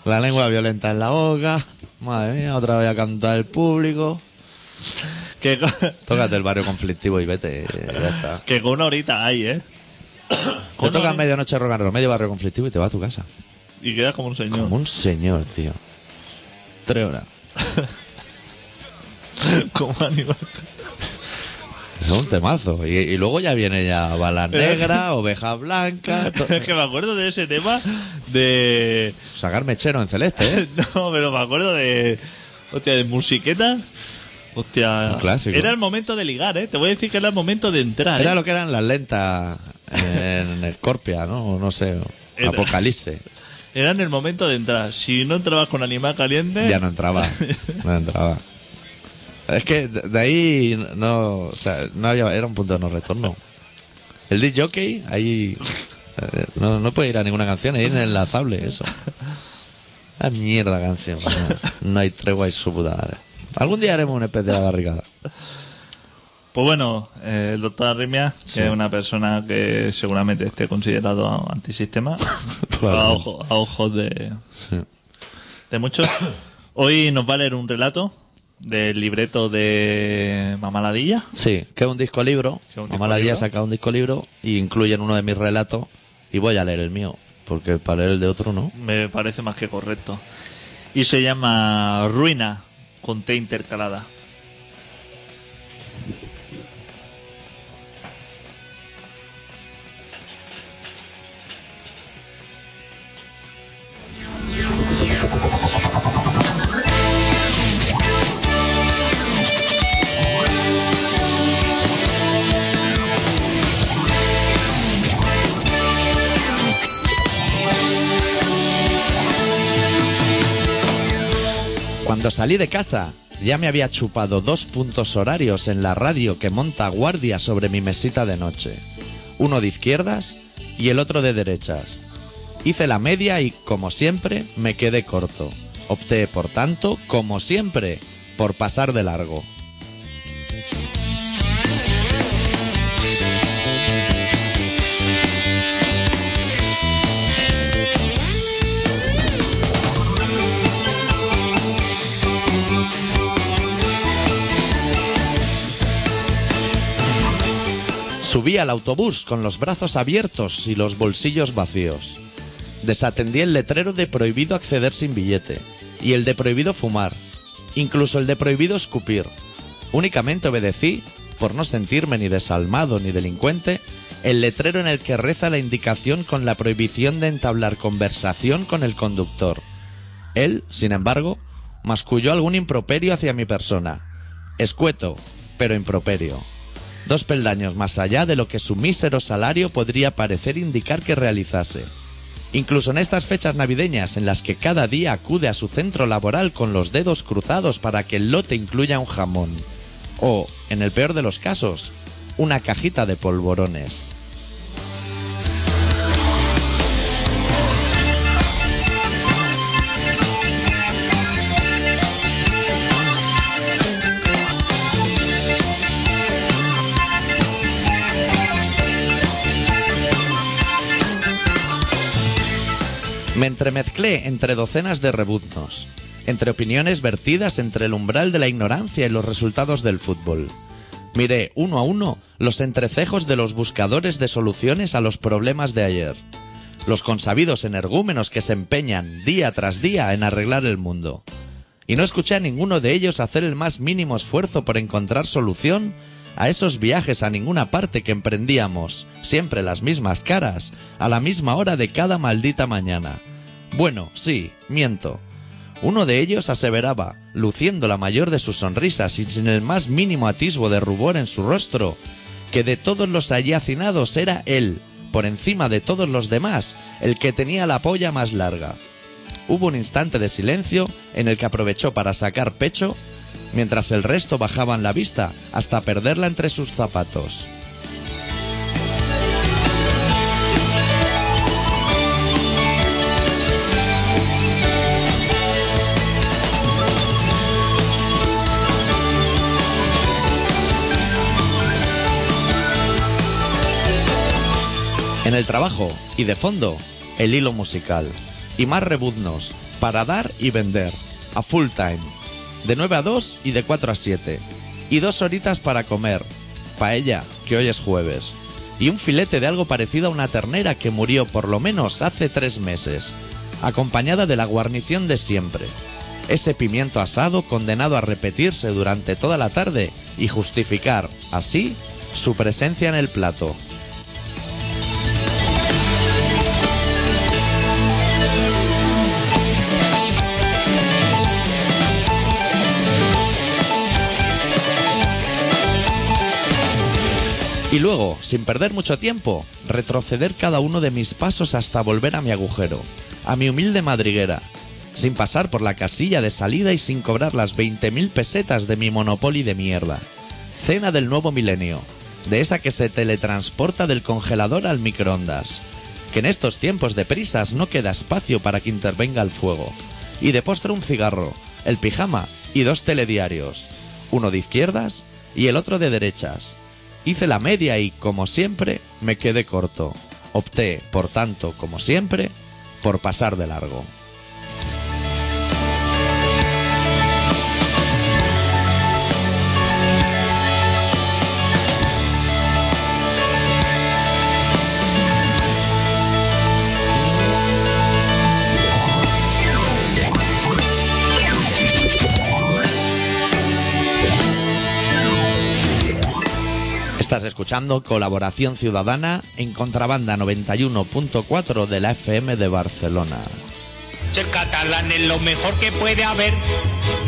La lengua violenta en la boca. Madre mía, otra vez a cantar el público. que, co- Tócate el barrio conflictivo y vete. eh, Ya está. que con una horita hay, ¿eh? Te Con una tocas horita- medianoche rock and roll, medio barrio conflictivo y te vas a tu casa. Y quedas como un señor. Como un señor, tío. Tres horas. como animal. Es un temazo. Y, y luego ya viene ya bala negra, oveja blanca. to- Es que me acuerdo de ese tema de. Sacar mechero en celeste, ¿eh? No, pero me acuerdo de. Hostia, de musiqueta. Hostia. Un clásico. Era el momento de ligar, ¿eh? Te voy a decir que era el momento de entrar. ¿eh? Era lo que eran las lentas en Scorpia, ¿no? O No sé. Era- Apocalipsis. Era en el momento de entrar. Si no entrabas con animal caliente. Ya no entraba. No entraba. Es que de de ahí no. O sea, no había- era un punto de no retorno. El disc jockey, ahí. eh, No, no puede ir a ninguna canción, es inenlazable eso. La mierda canción. No, no hay tregua y su puta madre. Algún día haremos un especial de barricada. Pues bueno, eh, el doctor Arrimia, que es una persona que seguramente esté considerado antisistema, a, Probablemente. ojo- a ojos de, de muchos, hoy nos va a leer un relato del libreto de Mamaladilla. Sí, que es un disco libro. es un Mamá la Día disco libro. ha sacado un disco libro y incluyen uno de mis relatos. Y voy a leer el mío, porque para leer el de otro no. Me parece más que correcto. Y se llama Ruina con T intercalada. Cuando salí de casa, ya me había chupado dos puntos horarios en la radio que monta guardia sobre mi mesita de noche. Uno de izquierdas y el otro de derechas. Hice la media y, como siempre, me quedé corto. Opté, por tanto, como siempre, por pasar de largo. Subí al autobús con los brazos abiertos y los bolsillos vacíos. Desatendí el letrero de prohibido acceder sin billete y el de prohibido fumar, incluso el de prohibido escupir. Únicamente obedecí, por no sentirme ni desalmado ni delincuente, el letrero en el que reza la indicación con la prohibición de entablar conversación con el conductor. Él, sin embargo, masculló algún improperio hacia mi persona. Escueto, pero improperio. Dos peldaños más allá de lo que su mísero salario podría parecer indicar que realizase. Incluso en estas fechas navideñas en las que cada día acude a su centro laboral con los dedos cruzados para que el lote incluya un jamón. O, en el peor de los casos, una cajita de polvorones. Me entremezclé entre docenas de rebuznos, entre opiniones vertidas entre el umbral de la ignorancia y los resultados del fútbol. Miré uno a uno los entrecejos de los buscadores de soluciones a los problemas de ayer, los consabidos energúmenos que se empeñan día tras día en arreglar el mundo. Y no escuché a ninguno de ellos hacer el más mínimo esfuerzo por encontrar solución a esos viajes a ninguna parte que emprendíamos, siempre las mismas caras, a la misma hora de cada maldita mañana. Bueno, sí, miento. Uno de ellos aseveraba, luciendo la mayor de sus sonrisas y sin el más mínimo atisbo de rubor en su rostro, que de todos los allí hacinados era él, por encima de todos los demás, el que tenía la polla más larga. Hubo un instante de silencio en el que aprovechó para sacar pecho, mientras el resto bajaban la vista hasta perderla entre sus zapatos. En el trabajo y de fondo, el hilo musical. Y más rebuznos, para dar y vender, a full time. De 9 a 2 y de 4 a 7. Y dos horitas para comer, paella, que hoy es jueves. Y un filete de algo parecido a una ternera que murió por lo menos hace tres meses, acompañada de la guarnición de siempre. Ese pimiento asado condenado a repetirse durante toda la tarde y justificar, así, su presencia en el plato. Y luego, sin perder mucho tiempo, retroceder cada uno de mis pasos hasta volver a mi agujero, a mi humilde madriguera, sin pasar por la casilla de salida y sin cobrar las 20.000 pesetas de mi Monopoly de mierda. Cena del nuevo milenio, de esa que se teletransporta del congelador al microondas, que en estos tiempos de prisas no queda espacio para que intervenga el fuego. Y de postre un cigarro, el pijama y dos telediarios, uno de izquierdas y el otro de derechas. Hice la media y, como siempre, me quedé corto. Opté, por tanto, como siempre, por pasar de largo. Estás escuchando Colaboración Ciudadana en Contrabanda 91.4 de la FM de Barcelona. Ser catalán es lo mejor que puede haber.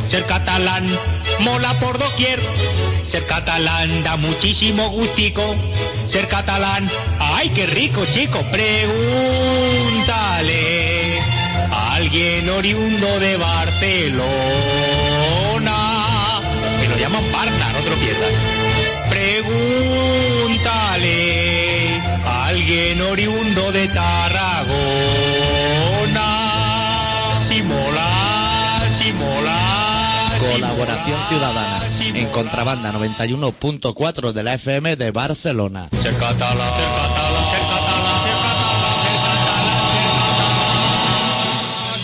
Ser catalán mola por doquier. Ser catalán da muchísimo gustico. Ser catalán, ay qué rico chico. Pregúntale a alguien oriundo de Barcelona. Que lo llaman Barna, no te lo pierdas. Pregúntale a alguien oriundo de Tarragona. Si mola, si mola. si Colaboración mola, Ciudadana si en mola. Contrabanda 91.4 de la FM de Barcelona. Ser catalán, ser catalán, ser catalán, ser catalán,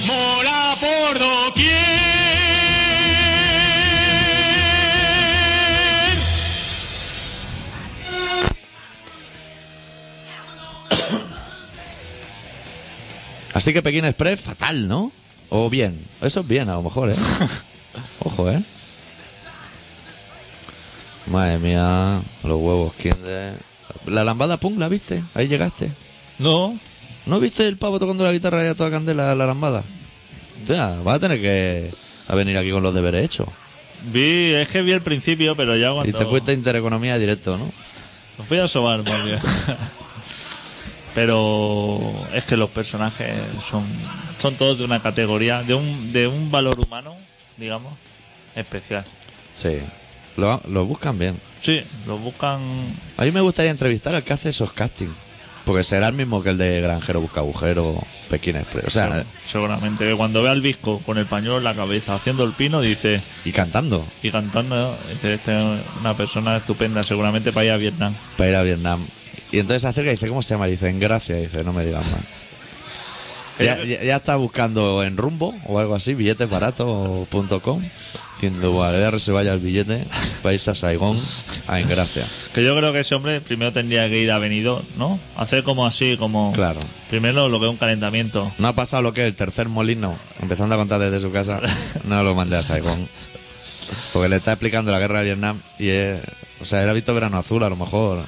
ser catalán. Mola por doquier. Así que Pekín Express, fatal, ¿no? O bien, eso es bien a lo mejor, ¿eh? Ojo, ¿eh? Madre mía, los huevos Kinder. La lambada punk, ¿la viste? Ahí llegaste. No, ¿No viste el pavo tocando la guitarra y a toda candela la lambada? Ya, vas a tener que a venir aquí con los deberes hechos. vi, es que vi el principio, pero ya cuando... Y te fuiste a Intereconomía directo, ¿no? Lo fui a sobar, más bien. Pero es que los personajes son, son todos de una categoría, de un, de un valor humano, digamos, especial. Sí. Lo, lo buscan bien. Sí, los buscan. A mí me gustaría entrevistar al que hace esos castings. Porque será el mismo que el de Granjero Busca Agujero, Pekín Express. O sea, Seguramente que cuando ve al Visco con el pañuelo en la cabeza haciendo el pino, dice, y cantando. y cantando, dice, "Esta es una persona estupenda, seguramente para ir a Vietnam. para ir a Vietnam. Y entonces se acerca y dice, ¿cómo se llama? Y dicen, gracias. Y dice, no me digas más. Ya, ya- ya está buscando en rumbo o algo así, billetesbaratos.com, diciendo, "Buah, ya se vaya el billete, vais a Saigón, a Engracia. Que yo creo que ese hombre primero tendría que ir a Benidorm, ¿no? Hacer como así, como. Claro. Primero lo que es un calentamiento. No ha pasado lo que es el tercer molino, empezando a contar desde su casa, no lo mandé a Saigón. Porque le está explicando la guerra de Vietnam y es- o sea, él ha visto verano azul a lo mejor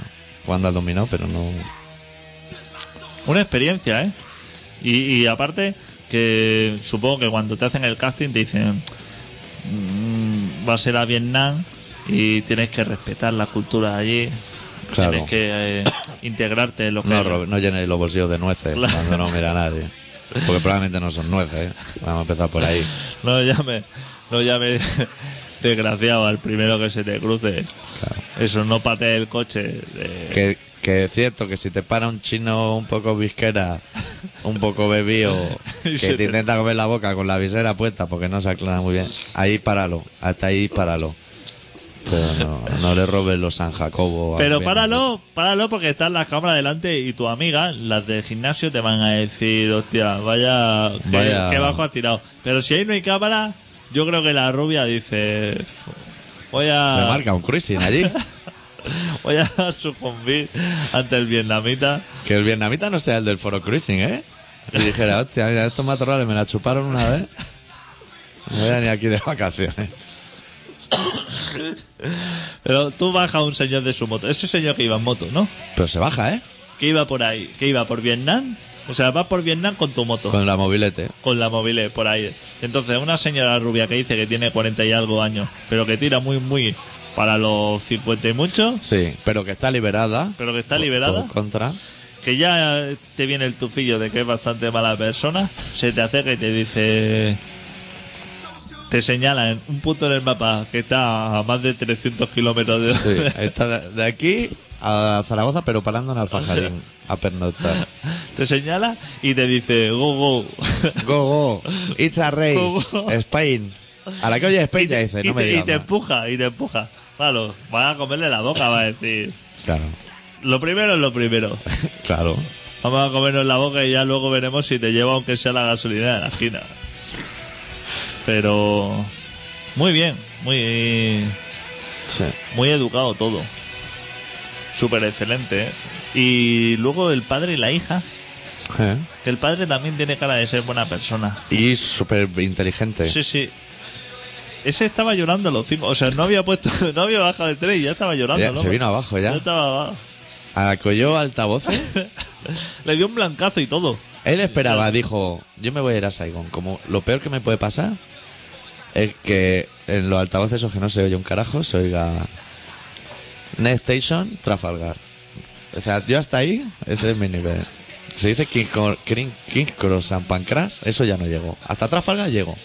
cuando al dominó, pero no. Una experiencia, ¿eh? Y, y aparte, que supongo que cuando te hacen el casting te dicen, mm, va a ser a Vietnam y tienes que respetar las culturas allí. Claro. Tienes que eh, integrarte en lo que No, Robert, no llenéis los bolsillos de nueces Claro. cuando no mira a nadie. Porque probablemente no son nueces. ¿eh? Vamos a empezar por ahí. No llame, no llame desgraciado al primero que se te cruce. Eso no patees el coche. eh, Que, que es cierto que si te para un chino un poco visquera, un poco bebido, Y que se te te- intenta comer la boca con la visera puesta porque no se aclara muy bien, ahí páralo, hasta ahí páralo. Pero no, no le robes los San Jacobo. a Pero alguien. páralo, pues. páralo porque están las cámaras delante y tu amiga, las del gimnasio, te van a decir, hostia, vaya, que Vaya. bajo has tirado. Pero si ahí no hay cámara, yo creo que la rubia dice, voy Se a, marca un cruising allí. voy a sucumbir ante el vietnamita. Que el vietnamita no sea el del Foro Cruising, ¿eh? Y dijera, hostia, mira, estos matorrales me la chuparon una vez. No voy a ni aquí de vacaciones. Pero tú baja un señor de su moto, ese señor que iba en moto, ¿no? Pero se baja, ¿eh? Que iba por ahí, que iba por Vietnam. O sea, vas por Vietnam con tu moto. Con la mobilete. con la mobile por ahí. Entonces, una señora rubia que dice que tiene 40 y algo años, pero que tira muy, muy para los 50 y muchos, Sí, pero que está liberada. pero que está Por- liberada, por contra. que ya eh, te viene el tufillo de que es bastante mala persona, se te acerca y te dice. Te señala en un punto en el mapa que está a más de 300 kilómetros de. Sí, está de- de aquí a Zaragoza, pero parando en Alfajarín a pernoctar. Te señala y te dice, go, go. Go, go. It's a race. Go, go. Spain. A la que oye Spain ya dice, y, no me te, y digas te más. empuja, y te empuja. Claro, va a comerle la boca, va a decir. Claro, Lo primero es lo primero. claro. Vamos a comernos la boca y ya luego veremos si te lleva aunque sea la gasolina de la esquina. Pero muy bien, muy Sí. muy educado todo. Súper excelente. ¿eh? Y luego el padre y la hija, Eh. que el padre también tiene cara de ser buena persona. Y súper inteligente. Sí, sí. Ese estaba llorando a los cinco, o sea, no había puesto, no había bajado el tren y ya estaba llorando. Ya, ¿no? se vino abajo ya. Ya estaba- Acolló altavoces. Le dio un blancazo y todo. Él esperaba, dijo, yo me voy a ir a Saigon. Como lo peor que me puede pasar es que en los altavoces o que no se oye un carajo, se oiga Next Station, Trafalgar. O sea, yo hasta ahí, ese es mi nivel. Se dice King, Cor- King, King Cross San Pancras, eso ya no llegó. Hasta Trafalgar llegó.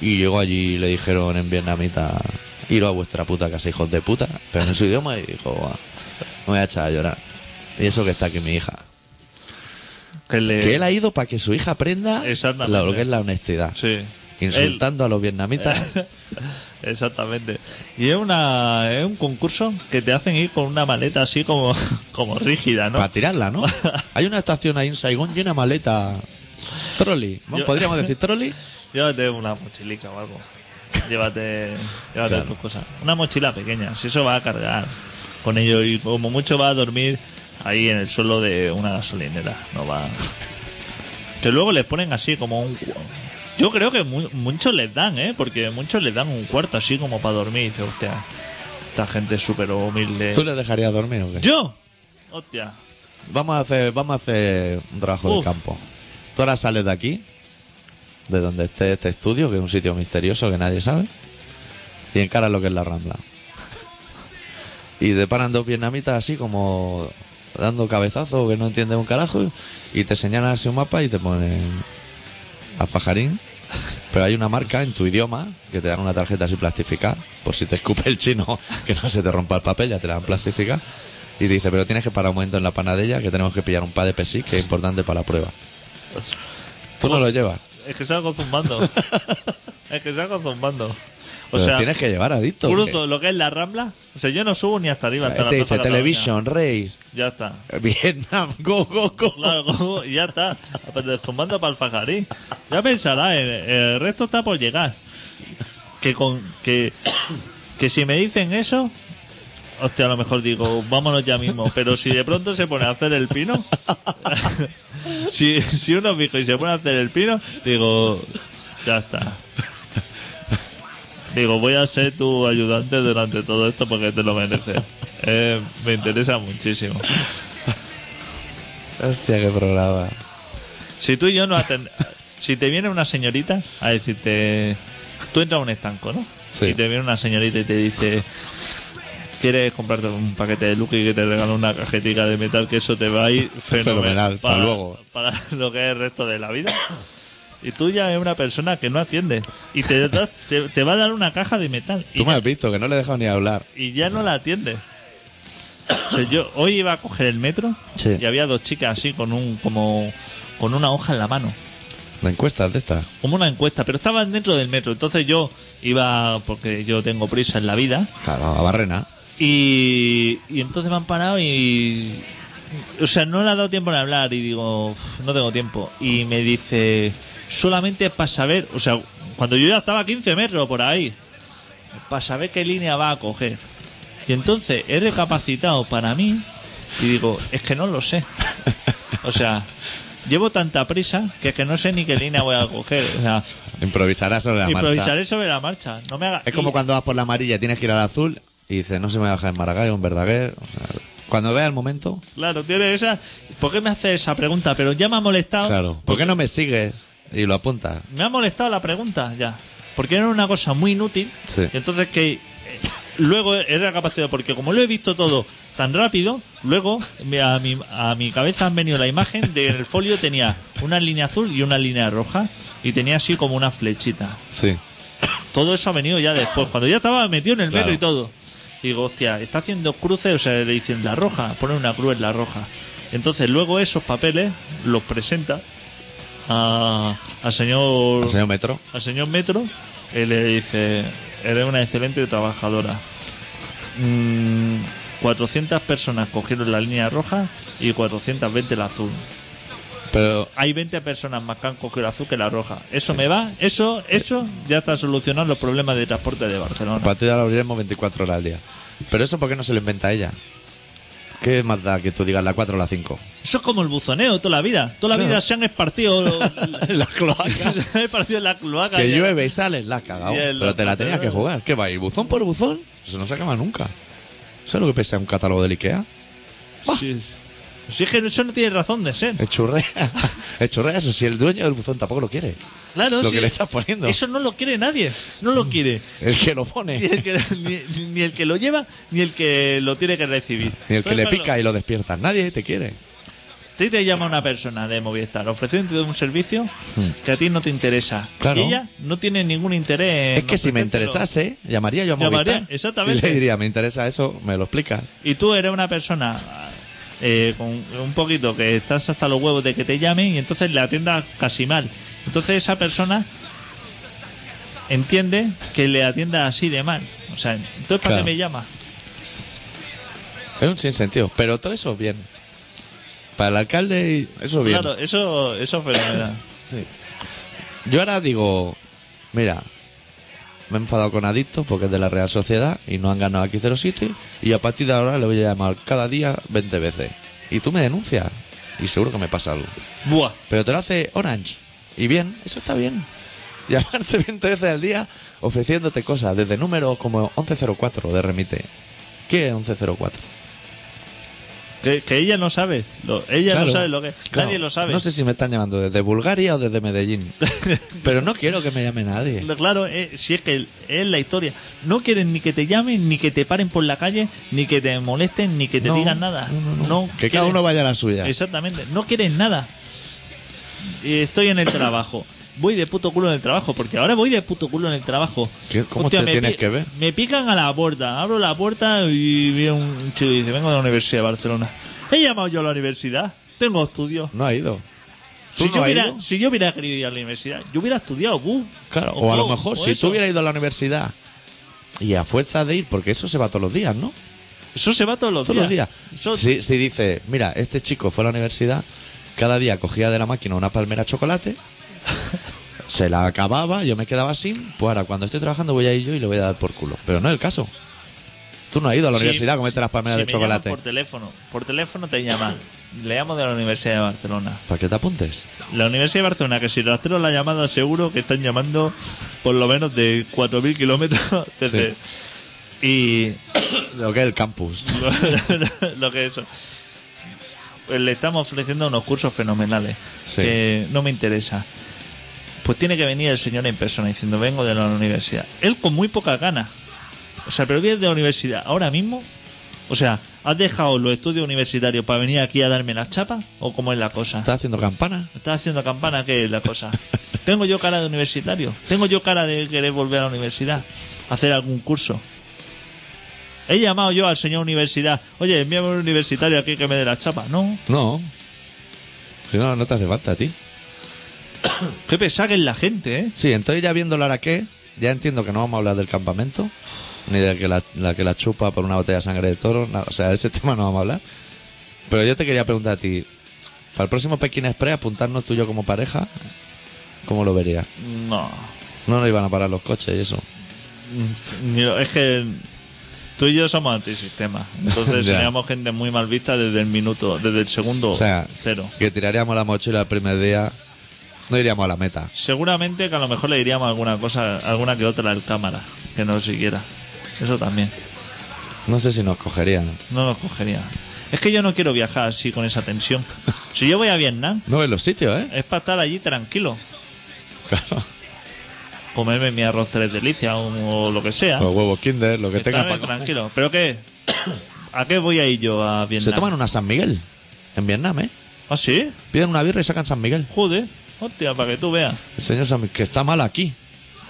Y llegó allí y le dijeron en vietnamita, iros a vuestra puta casa, hijos de puta. Pero en su idioma y dijo, "Buah, me voy a echar a llorar. Y eso que está aquí mi hija. Que le... Que él ha ido para que su hija aprenda Exactamente. lo que es la honestidad. Sí. Él- Eh, Insultando a los vietnamitas. Exactamente. Y es una es un concurso que te hacen ir con una maleta así como, como rígida, ¿no? Para tirarla, ¿no? Hay una estación ahí en Saigón llena de maleta. Trolley. ¿no? Yo- Podríamos decir trolley. Llévate una mochilica o algo. Llévate, llévate Claro. tus cosas. Una mochila pequeña, si eso va a cargar con ello y como mucho va a dormir ahí en el suelo de una gasolinera, no va. Que luego les ponen así como un cu- yo creo que mu- muchos les dan, ¿eh? Porque muchos les dan un cuarto así como para dormir. Y dice, hostia, esta gente es súper humilde. ¿Tú le dejarías dormir o qué? ¿Yo? Hostia. Vamos a hacer, vamos a hacer un trabajo de Uf. campo. Tú ahora sales de aquí, de donde esté este estudio, que es un sitio misterioso que nadie sabe, y encaras lo que es la rambla. Y te paran dos vietnamitas así como dando cabezazo que no entienden un carajo, y te señalan así un mapa y te ponen a Fajarín. Pero hay una marca en tu idioma que te dan una tarjeta así plastificada, por si te escupe el chino, que no se te rompa el papel, ya te la dan plastificada. Y te dice, pero tienes que parar un momento en la panadella, que tenemos que pillar un par de pesis, que es importante para la prueba. Tú no lo llevas. Es que salgo zumbando. es que salgo zumbando. O pero sea, tienes que llevar adicto. cruzo lo que es la rambla. O sea, yo no subo ni hasta arriba. Hasta la te Este Plaza dice, Cataluña. Television, Rey, Ya está. Vietnam, go, go, go. Claro, como- ya está. Pero Zumbando para el fajarí. Ya pensará, el, el resto está por llegar. Que con que, que si me dicen eso, hostia, a lo mejor digo, vámonos ya mismo. Pero si de pronto se pone a hacer el pino, si, si uno fijo y se pone a hacer el pino, digo, ya está. Digo, voy a ser tu ayudante durante todo esto porque te lo mereces. Eh, me interesa muchísimo. Hostia, qué programa. Si tú y yo no atendemos. si te viene una señorita a decirte. Tú entras a un estanco, ¿no? Sí. Y te viene una señorita y te dice, ¿quieres comprarte un paquete de Lucky que te regalo una cajetica de metal? Que eso te va a ir Fenomenal, fenomenal. pa' luego. Para lo que es el resto de la vida. Y tú ya es una persona que no atiende. Y te, da- te, te va a dar una caja de metal. Y Tú me has visto que no le he dejado ni hablar. y ya no la atiende. O sea, yo hoy iba a coger el metro Sí. y había dos chicas así con un como con una hoja en la mano, La encuesta es de esta. como una encuesta, pero estaban dentro del metro. Entonces yo iba porque yo tengo prisa en la vida Claro, a Barrena. y, y entonces me han parado y o sea, no le ha dado tiempo en hablar y digo, "Uf, no tengo tiempo y me dice, "Solamente para saber, o sea, cuando yo ya estaba a 15 metros por ahí, para saber qué línea va a coger. Y entonces he recapacitado para mí y digo, es que no lo sé. O sea, llevo tanta prisa que es que no sé ni qué línea voy a coger. O sea, Improvisará sobre la marcha. improvisaré sobre la marcha. No me haga... Es como y- cuando vas por la amarilla y tienes que ir al azul y dices, no se me baja en Maragall o en Verdaguer. O sea, cuando veas el momento, Claro, tiene esa... ¿Por qué me hace esa pregunta? Pero ya me ha molestado. claro. ¿Por qué no me sigues y lo apuntas? Me ha molestado la pregunta ya. Porque era una cosa muy inútil. Sí. Y entonces que eh, luego era capacidad, porque como lo he visto todo tan rápido, luego me- a mi, a mi cabeza han venido la imagen de en el folio tenía una línea azul y una línea roja. Y tenía así como una flechita. Sí. Todo eso ha venido ya después, cuando ya estaba metido en el metro Claro. y todo. Digo, hostia, está haciendo cruces, o sea, le dicen la roja, poner una cruz en la roja. Entonces luego esos papeles los presenta a- al señor Al señor Metro. al señor Metro y le dice, eres una excelente trabajadora. Mm, 400 personas cogieron la línea roja y 420 la azul. Pero Hay 20 personas más que han cogido la azul que la roja. Eso me va, eso, eso ya está solucionado los problemas de transporte de Barcelona. a partir de ahora abriremos 24 horas al día. Pero eso, ¿por qué no se lo inventa ella? ¿Qué más da que tú digas la 4 o la 5? Eso es como el buzoneo toda la vida. Toda la Claro. vida se han esparcido. la cloaca. se han esparcido en la cloaca. que Ya. llueve y sales, la has cagado. Y el Pero te la otro, tenías que pero- jugar. ¿Qué va? ¿Y buzón por buzón? Eso no se acaba nunca. ¿Sabes lo que pesa un catálogo del Ikea? Sí. Si es que eso no tiene razón de ser. Es churrea. Es churrea eso. Si el dueño del buzón tampoco lo quiere. Claro, Lo sí. que le estás poniendo. Eso no lo quiere nadie. No lo quiere. El que lo Ni el pone. que, ni- ni el que lo lleva, ni el que lo tiene que recibir. Ni el que le Entonces, Eh, pica y lo despierta. Nadie te quiere. A ti te llama una persona de Movistar ofreciéndote un servicio que a ti no te interesa. Hmm. Claro. Y ella no tiene ningún interés. Es en que si me ofrecértelo. interesase, llamaría yo a Llamaría, Movistar. exactamente. Y le diría, me interesa eso, me lo explicas. Y tú eres una persona eh, con un poquito que estás hasta los huevos de que te llamen y entonces le atiendas casi mal. Entonces esa persona entiende que le atienda así de mal. O sea, entonces ¿para Claro. qué me llama? Es un sinsentido. Pero todo eso bien. Para el alcalde, y- eso bien. Claro, eso, eso es fenomenal. Yo ahora digo, mira, me he enfadado con Adicto porque es de la Real Sociedad y no han ganado aquí 0-7 y a partir de ahora le voy a llamar cada día 20 veces. Y tú me denuncias y seguro que me pasa algo. Buah. Pero te lo hace Orange. Y bien, eso está bien. Llamarte 20 veces al día ofreciéndote cosas desde números como 1104 de remite. ¿Qué es 1104? Que, que ella no sabe. Lo- ella Claro. no sabe lo que Claro. Nadie lo sabe. No sé si me están llamando desde Bulgaria o desde Medellín. Pero no quiero que me llame nadie. Claro, eh, si es que es la historia. No quieren ni que te llamen, ni que te paren por la calle, ni que te molesten, ni que te No, digan nada. no, no, no. No que cada quieren- uno vaya a la suya. Exactamente, no quieren nada. Eh, Estoy en el trabajo. Voy de puto culo en el trabajo, porque ahora voy de puto culo en el trabajo. ¿Qué? ¿Cómo te me tienes pi- que ver? Me pican a la puerta, abro la puerta y viene un chico y dice, vengo de la Universidad de Barcelona. He llamado yo a la universidad, tengo estudios. No ha ido. ¿Tú Si, no yo has hubiera, ido? si yo hubiera querido ir a la universidad, yo hubiera estudiado, bu. Claro, o a lo todo, mejor o si eso. tú hubieras ido a la universidad y a fuerza de ir, porque eso se va todos los días, ¿no? Eso se va todos los Todos los días. días. Eso- Si, si dice, mira, este chico fue a la universidad, cada día cogía de la máquina una palmera de chocolate, se la acababa, yo me quedaba sin, pues ahora cuando esté trabajando voy a ir yo y le voy a dar por culo. Pero no es el caso. Tú no has ido a la Sí, universidad a comerte sí, las palmeras sí, de me chocolate. llaman Por teléfono, por teléfono te llaman. Le llamo de la Universidad de Barcelona. ¿Para qué te apuntes? La Universidad de Barcelona, que si rastreo la llamada, seguro que están llamando por lo menos de 4.000 kilómetros desde. Y Lo que es el campus. lo, lo que es eso. Pues le estamos ofreciendo unos cursos fenomenales Sí. que no me interesa. Pues tiene que venir el señor en persona diciendo, vengo de la universidad. Él con muy poca ganas. O sea, pero vienes de la universidad ahora mismo. O sea, ¿has dejado los estudios universitarios para venir aquí a darme las chapas? ¿O cómo es la cosa? ¿Estás haciendo campana? ¿Estás haciendo campana? ¿Qué es la cosa? ¿Tengo yo cara de universitario? ¿Tengo yo cara de querer volver a la universidad? ¿Hacer algún curso? He llamado yo al señor universidad. Oye, envíame un universitario aquí que me dé la chapa. No, No. Si no, no te hace falta a ti. qué pesada que es la gente, ¿eh? Sí, entonces ya viéndolo ahora qué, ya entiendo que no vamos a hablar del campamento, ni de que la, la que la chupa por una botella de sangre de toro, nada, o sea, de ese tema no vamos a hablar. Pero yo te quería preguntar a ti, para el próximo Pekín Express, apuntarnos tú y yo como pareja, ¿cómo lo verías? No. No nos iban a parar los coches y eso. Ni lo- Es que tú y yo somos antisistema. Entonces Ya. seríamos gente muy mal vista desde el minuto, desde el segundo O sea, Oh, cero. que tiraríamos la mochila el primer día, no iríamos a la meta. Seguramente que a lo mejor le diríamos alguna cosa, alguna que otra al cámara, que no siguiera. Eso también. No sé si nos cogerían. No lo cogería. Es que yo no quiero viajar así con esa tensión. Si yo voy a Vietnam, No ves los sitios, ¿eh? es para estar allí tranquilo. Claro. Comerme mi arroz tres delicias o, o lo que sea. Los huevos Kinder, lo que tengan Estarme para comer. tranquilo. ¿Pero qué? ¿A qué voy a ir yo a Vietnam? Se toman una San Miguel en Vietnam, ¿eh? ¿Ah, sí? Piden una birra y sacan San Miguel. Joder. Hostia, para que tú veas. El señor San Miguel, que está mal aquí.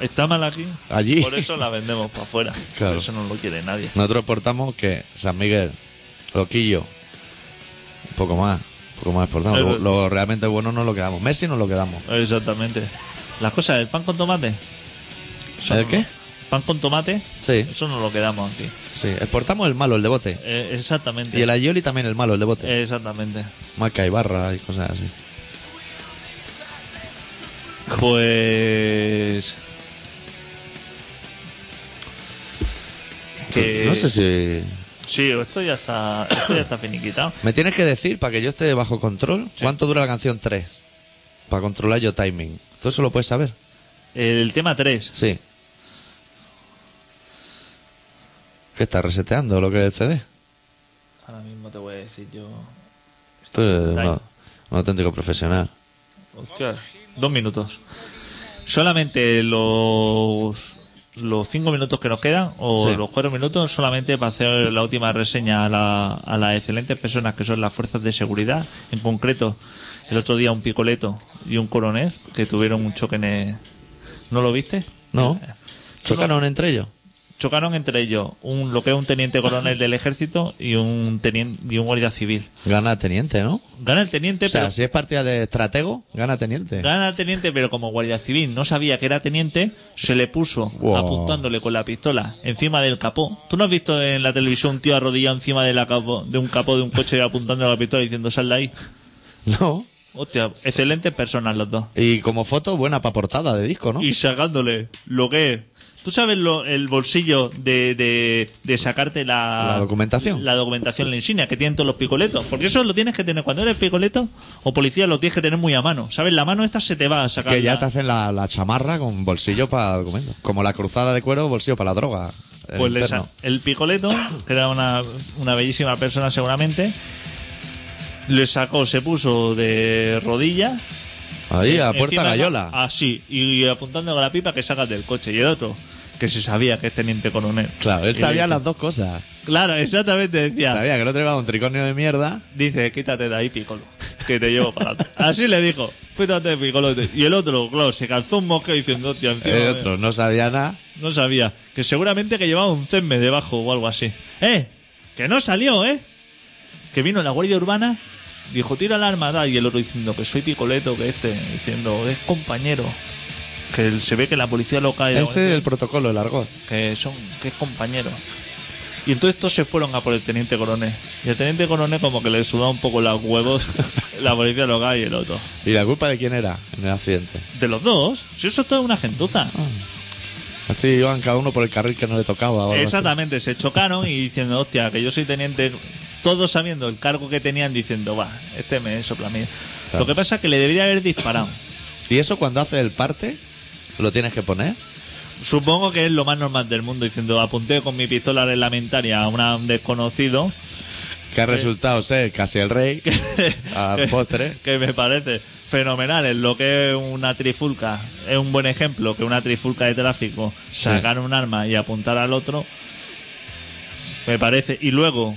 Está mal aquí. Allí. Por eso la vendemos para afuera. Claro. Por eso no lo quiere nadie. Nosotros exportamos que San Miguel, Loquillo, un poco más, un poco más exportamos. Lo, lo realmente bueno no lo quedamos. Messi no lo quedamos. Exactamente. Las cosas, el pan con tomate. Eso ¿El no- qué? ¿Eh? Pan con tomate. Sí. Eso no lo quedamos aquí. Sí, exportamos el malo, el de bote. Eh, exactamente. Y el Ayoli también el malo, el de Eh. bote. Exactamente. Marca y barra y cosas así. Pues. Que... No sé si... Sí, esto ya está. Esto ya está finiquitado. Me tienes que decir, para que yo esté bajo control, cuánto dura la canción 3. Para controlar yo timing. Todo eso lo puedes saber. El tema 3. Sí. ¿Qué estás reseteando lo que es el CD? Ahora mismo te voy a decir yo. Tú eres Time. una- un auténtico profesional. Hostia, dos minutos. Solamente los. Los cinco minutos que nos quedan, o Sí. los cuatro minutos, solamente para hacer la última reseña a, la- a las excelentes personas que son las fuerzas de seguridad. En concreto, el otro día un picoleto y un coronel que tuvieron un choque en el- ¿No lo viste? No. Eh, Chocaron entre ellos. chocaron entre ellos un lo que es un teniente coronel del ejército y un teniente y un guardia civil. Gana teniente, ¿no? Gana el teniente, O sea, pero si es partida de estratego, gana teniente. gana el teniente, pero como guardia civil no sabía que era teniente, se le puso Wow. apuntándole con la pistola encima del capó. ¿Tú no has visto en la televisión un tío arrodillado encima de la capó- de un capó de un coche apuntando la pistola diciendo sal de ahí? No. Hostia, excelentes personas los dos. Y como foto, buena para portada de disco, ¿no? Y sacándole lo que es. ¿Tú sabes lo, el bolsillo de, de- de sacarte la, La documentación. La documentación, la insignia que tienen todos los picoletos. Porque eso lo tienes que tener cuando eres picoleto o policía, lo tienes que tener muy a mano. ¿Sabes? La mano esta se te va a sacar. que ya la- te hacen la, la chamarra con bolsillo para documentos. Como la cruzada de cuero, bolsillo para la droga. El Pues le interno. sa- el picoleto, que era una, una bellísima persona seguramente, le sacó, se puso de rodillas. Ahí, a Encima, Ah. Puerta Gallola. Así, y apuntando con la pipa que sacas del coche. Y el otro, que se sabía que este es teniente coronel. Claro, él Y sabía dice- las dos cosas. Eh, Claro, exactamente decía. Sabía que no te iba un tricornio de mierda. Dice, quítate de ahí, picolo, que te llevo para adelante. Así le dijo, quítate, picolo. Y el otro, claro, se calzó un mosqueo diciendo, hostia, encima, El Eh, otro no sabía nada. No sabía, que seguramente que llevaba un cenme debajo o algo así. ¡Eh! Que no salió, ¿eh? Que vino la Guardia Urbana, dijo, tira la armada. Y el otro diciendo, que soy picoleto, que este, diciendo, es compañero. Que él- se ve que la policía lo cae. Ese es el protocolo, el argot. que son que es compañero. Y entonces todos se fueron a por el teniente coronel. Y el teniente coronel como que le sudaba un poco los huevos la policía local y el otro. ¿Y la culpa de quién era en el accidente? De los dos, si eso es toda una gentuza. Así iban cada uno por el carril que no le tocaba. o algo así. Exactamente, se chocaron y diciendo, hostia, que yo soy teniente, todos sabiendo el cargo que tenían, diciendo, va, este me sopla a mí. Claro. Lo que pasa es que le debería haber disparado. Y eso cuando haces el parte, lo tienes que poner. Supongo que es lo más normal del mundo, diciendo, apunté con mi pistola reglamentaria a una- a un desconocido Que ha resultado ser casi el rey al postre. que me parece fenomenal en lo que es una trifulca. Es un buen ejemplo que una trifulca de tráfico sacar un arma y apuntar al otro. Me parece. Y luego,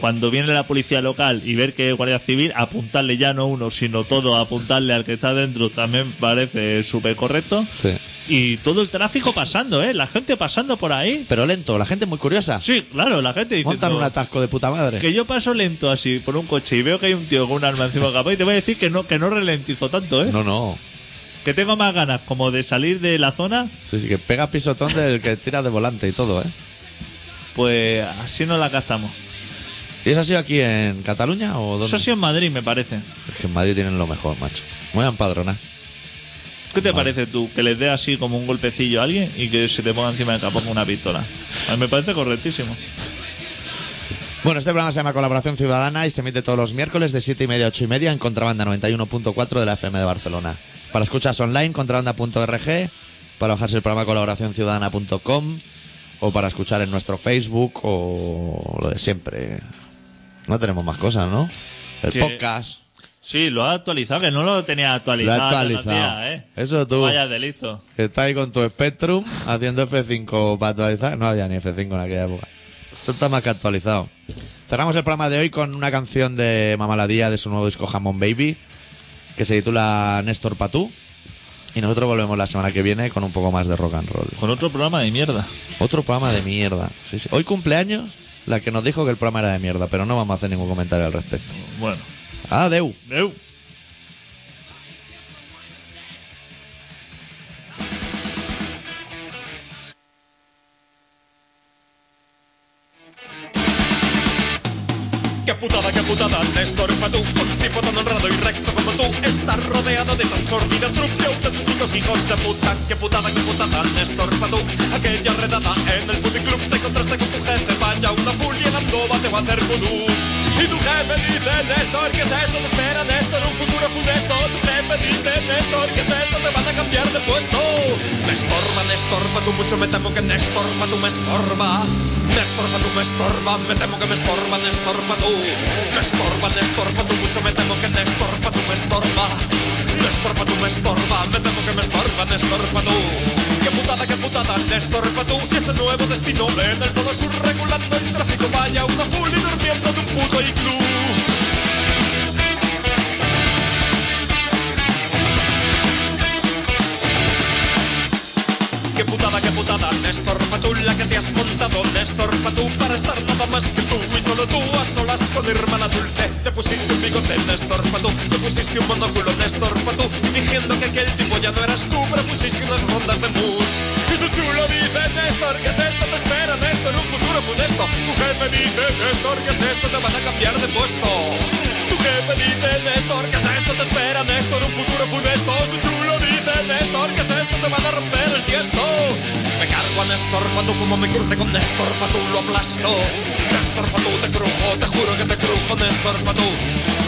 cuando viene la policía local y ver que es Guardia Civil, apuntarle ya no uno, sino todo, apuntarle al que está dentro también parece súper correcto. Sí. Y todo el tráfico pasando, ¿eh? La gente pasando por ahí. Pero lento, la gente es muy curiosa. Sí, claro, la gente dice. Montan un atasco de puta madre. Que yo paso lento así por un coche y veo que hay un tío con un arma encima del capó y te voy a decir que no, que no ralentizo tanto, ¿eh? No, no. Que tengo más ganas como de salir de la zona, Sí, sí, que pega pisotón del que tira de volante y todo, ¿eh? pues así no la gastamos. ¿Y eso ha sido aquí en Cataluña o dónde? Eso sí en Madrid, me parece. Es que en Madrid tienen lo mejor, macho. Muy empadrona. ¿Qué te parece tú? Que les dé así como un golpecillo a alguien y que se te ponga encima del capó con una pistola. A mí me parece correctísimo. Bueno, este programa se llama Colaboración Ciudadana y se emite todos los miércoles de 7 y media a 8 y media en Contrabanda 91.4 de la FM de Barcelona. Para escuchas online, contrabanda.org, para bajarse el programa colaboracionciudadana.com o para escuchar en nuestro Facebook o lo de siempre. No tenemos más cosas, ¿no? El Que- podcast. Sí, lo ha actualizado, que no lo tenía actualizado. Lo ha actualizado. no, tía, ¿eh? Eso tú. Vaya delito. Que está ahí con tu Spectrum haciendo F5 para actualizar. No había ni F5 en aquella época. Eso está más que actualizado. Cerramos el programa de hoy con una canción de Mamaladía de su nuevo disco Jamón Baby, que se titula Néstor Patú. Y nosotros volvemos la semana que viene con un poco más de rock and roll. Con otro programa de mierda. Otro programa de mierda. Sí, sí. Hoy cumpleaños la que nos dijo que el programa era de mierda, pero no vamos a hacer ningún comentario al respecto. Bueno. Adeu. Deu. Qué putada, qué putada, Néstor Patú Un tipo tan honrado y recto como tú Está rodeado de tan sordida trupe de auténticos hijos de puta Qué putada, qué putada, Néstor Patú Aquella redada en el puticlub Te contraste con tu jefe, vaya una furia va te va a hacer vudú Y tu jefe dice, Néstor, ¿qué es esto? Te espera, Néstor, un futuro funesto Tu jefe dice, Néstor, ¿qué es esto? Te van a cambiar de puesto Me estorba, Néstor Patú, mucho me temo que Néstor Patú me estorba me estorba tú, me estorba, me temo que me estorba, me estorba tú. Me estorba, me estorba tú, mucho me temo que me estorba tú, me estorba. Me estorba tú, me estorba, me temo que me estorba, me estorba tú. Qué putada, qué putada, me estorba tú. Ese nuevo destino en el polo sur regulando el tráfico. Vaya una full y durmiendo de un puto iglú. Qué putada, qué putada, Néstor Patú, la que te has montado, Néstor Patú, para estar nada más que tú y solo tú a solas con hermana dulce. Te pusiste un bigote, Néstor Patú, te pusiste un monóculo, Néstor Patú, fingiendo que aquel tipo ya no eras tú, pero pusiste unas rondas de mus. Y su chulo dice, Néstor, ¿qué es esto? Te espera, Néstor, un futuro funesto. Tu jefe dice, Néstor, ¿qué es esto? Te vas a cambiar de puesto. Tu jefe dice, Néstor, ¿qué es esto? Te espera, Néstor, un futuro funesto. Su chulo dice, Néstor, ¿qué es esto? Te van a romper el tiesto. Me cargo a Néstor Patú como me cruce con Néstor Patú, lo aplasto. Néstor Patú, te crujo, te juro que te crujo, Néstor Patú.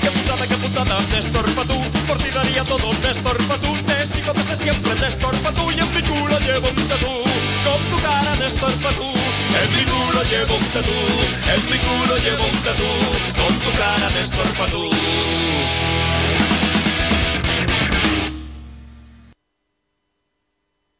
Qué putada, qué putada, Néstor Patú. Por ti daría todo, Néstor Patú. Te sigo desde siempre, Néstor Patú. Y en mi culo llevo un tatú. Con tu cara, Néstor Patú. En mi culo llevo un tatú. En mi culo llevo un tatú. Con tu cara, Néstor Patú.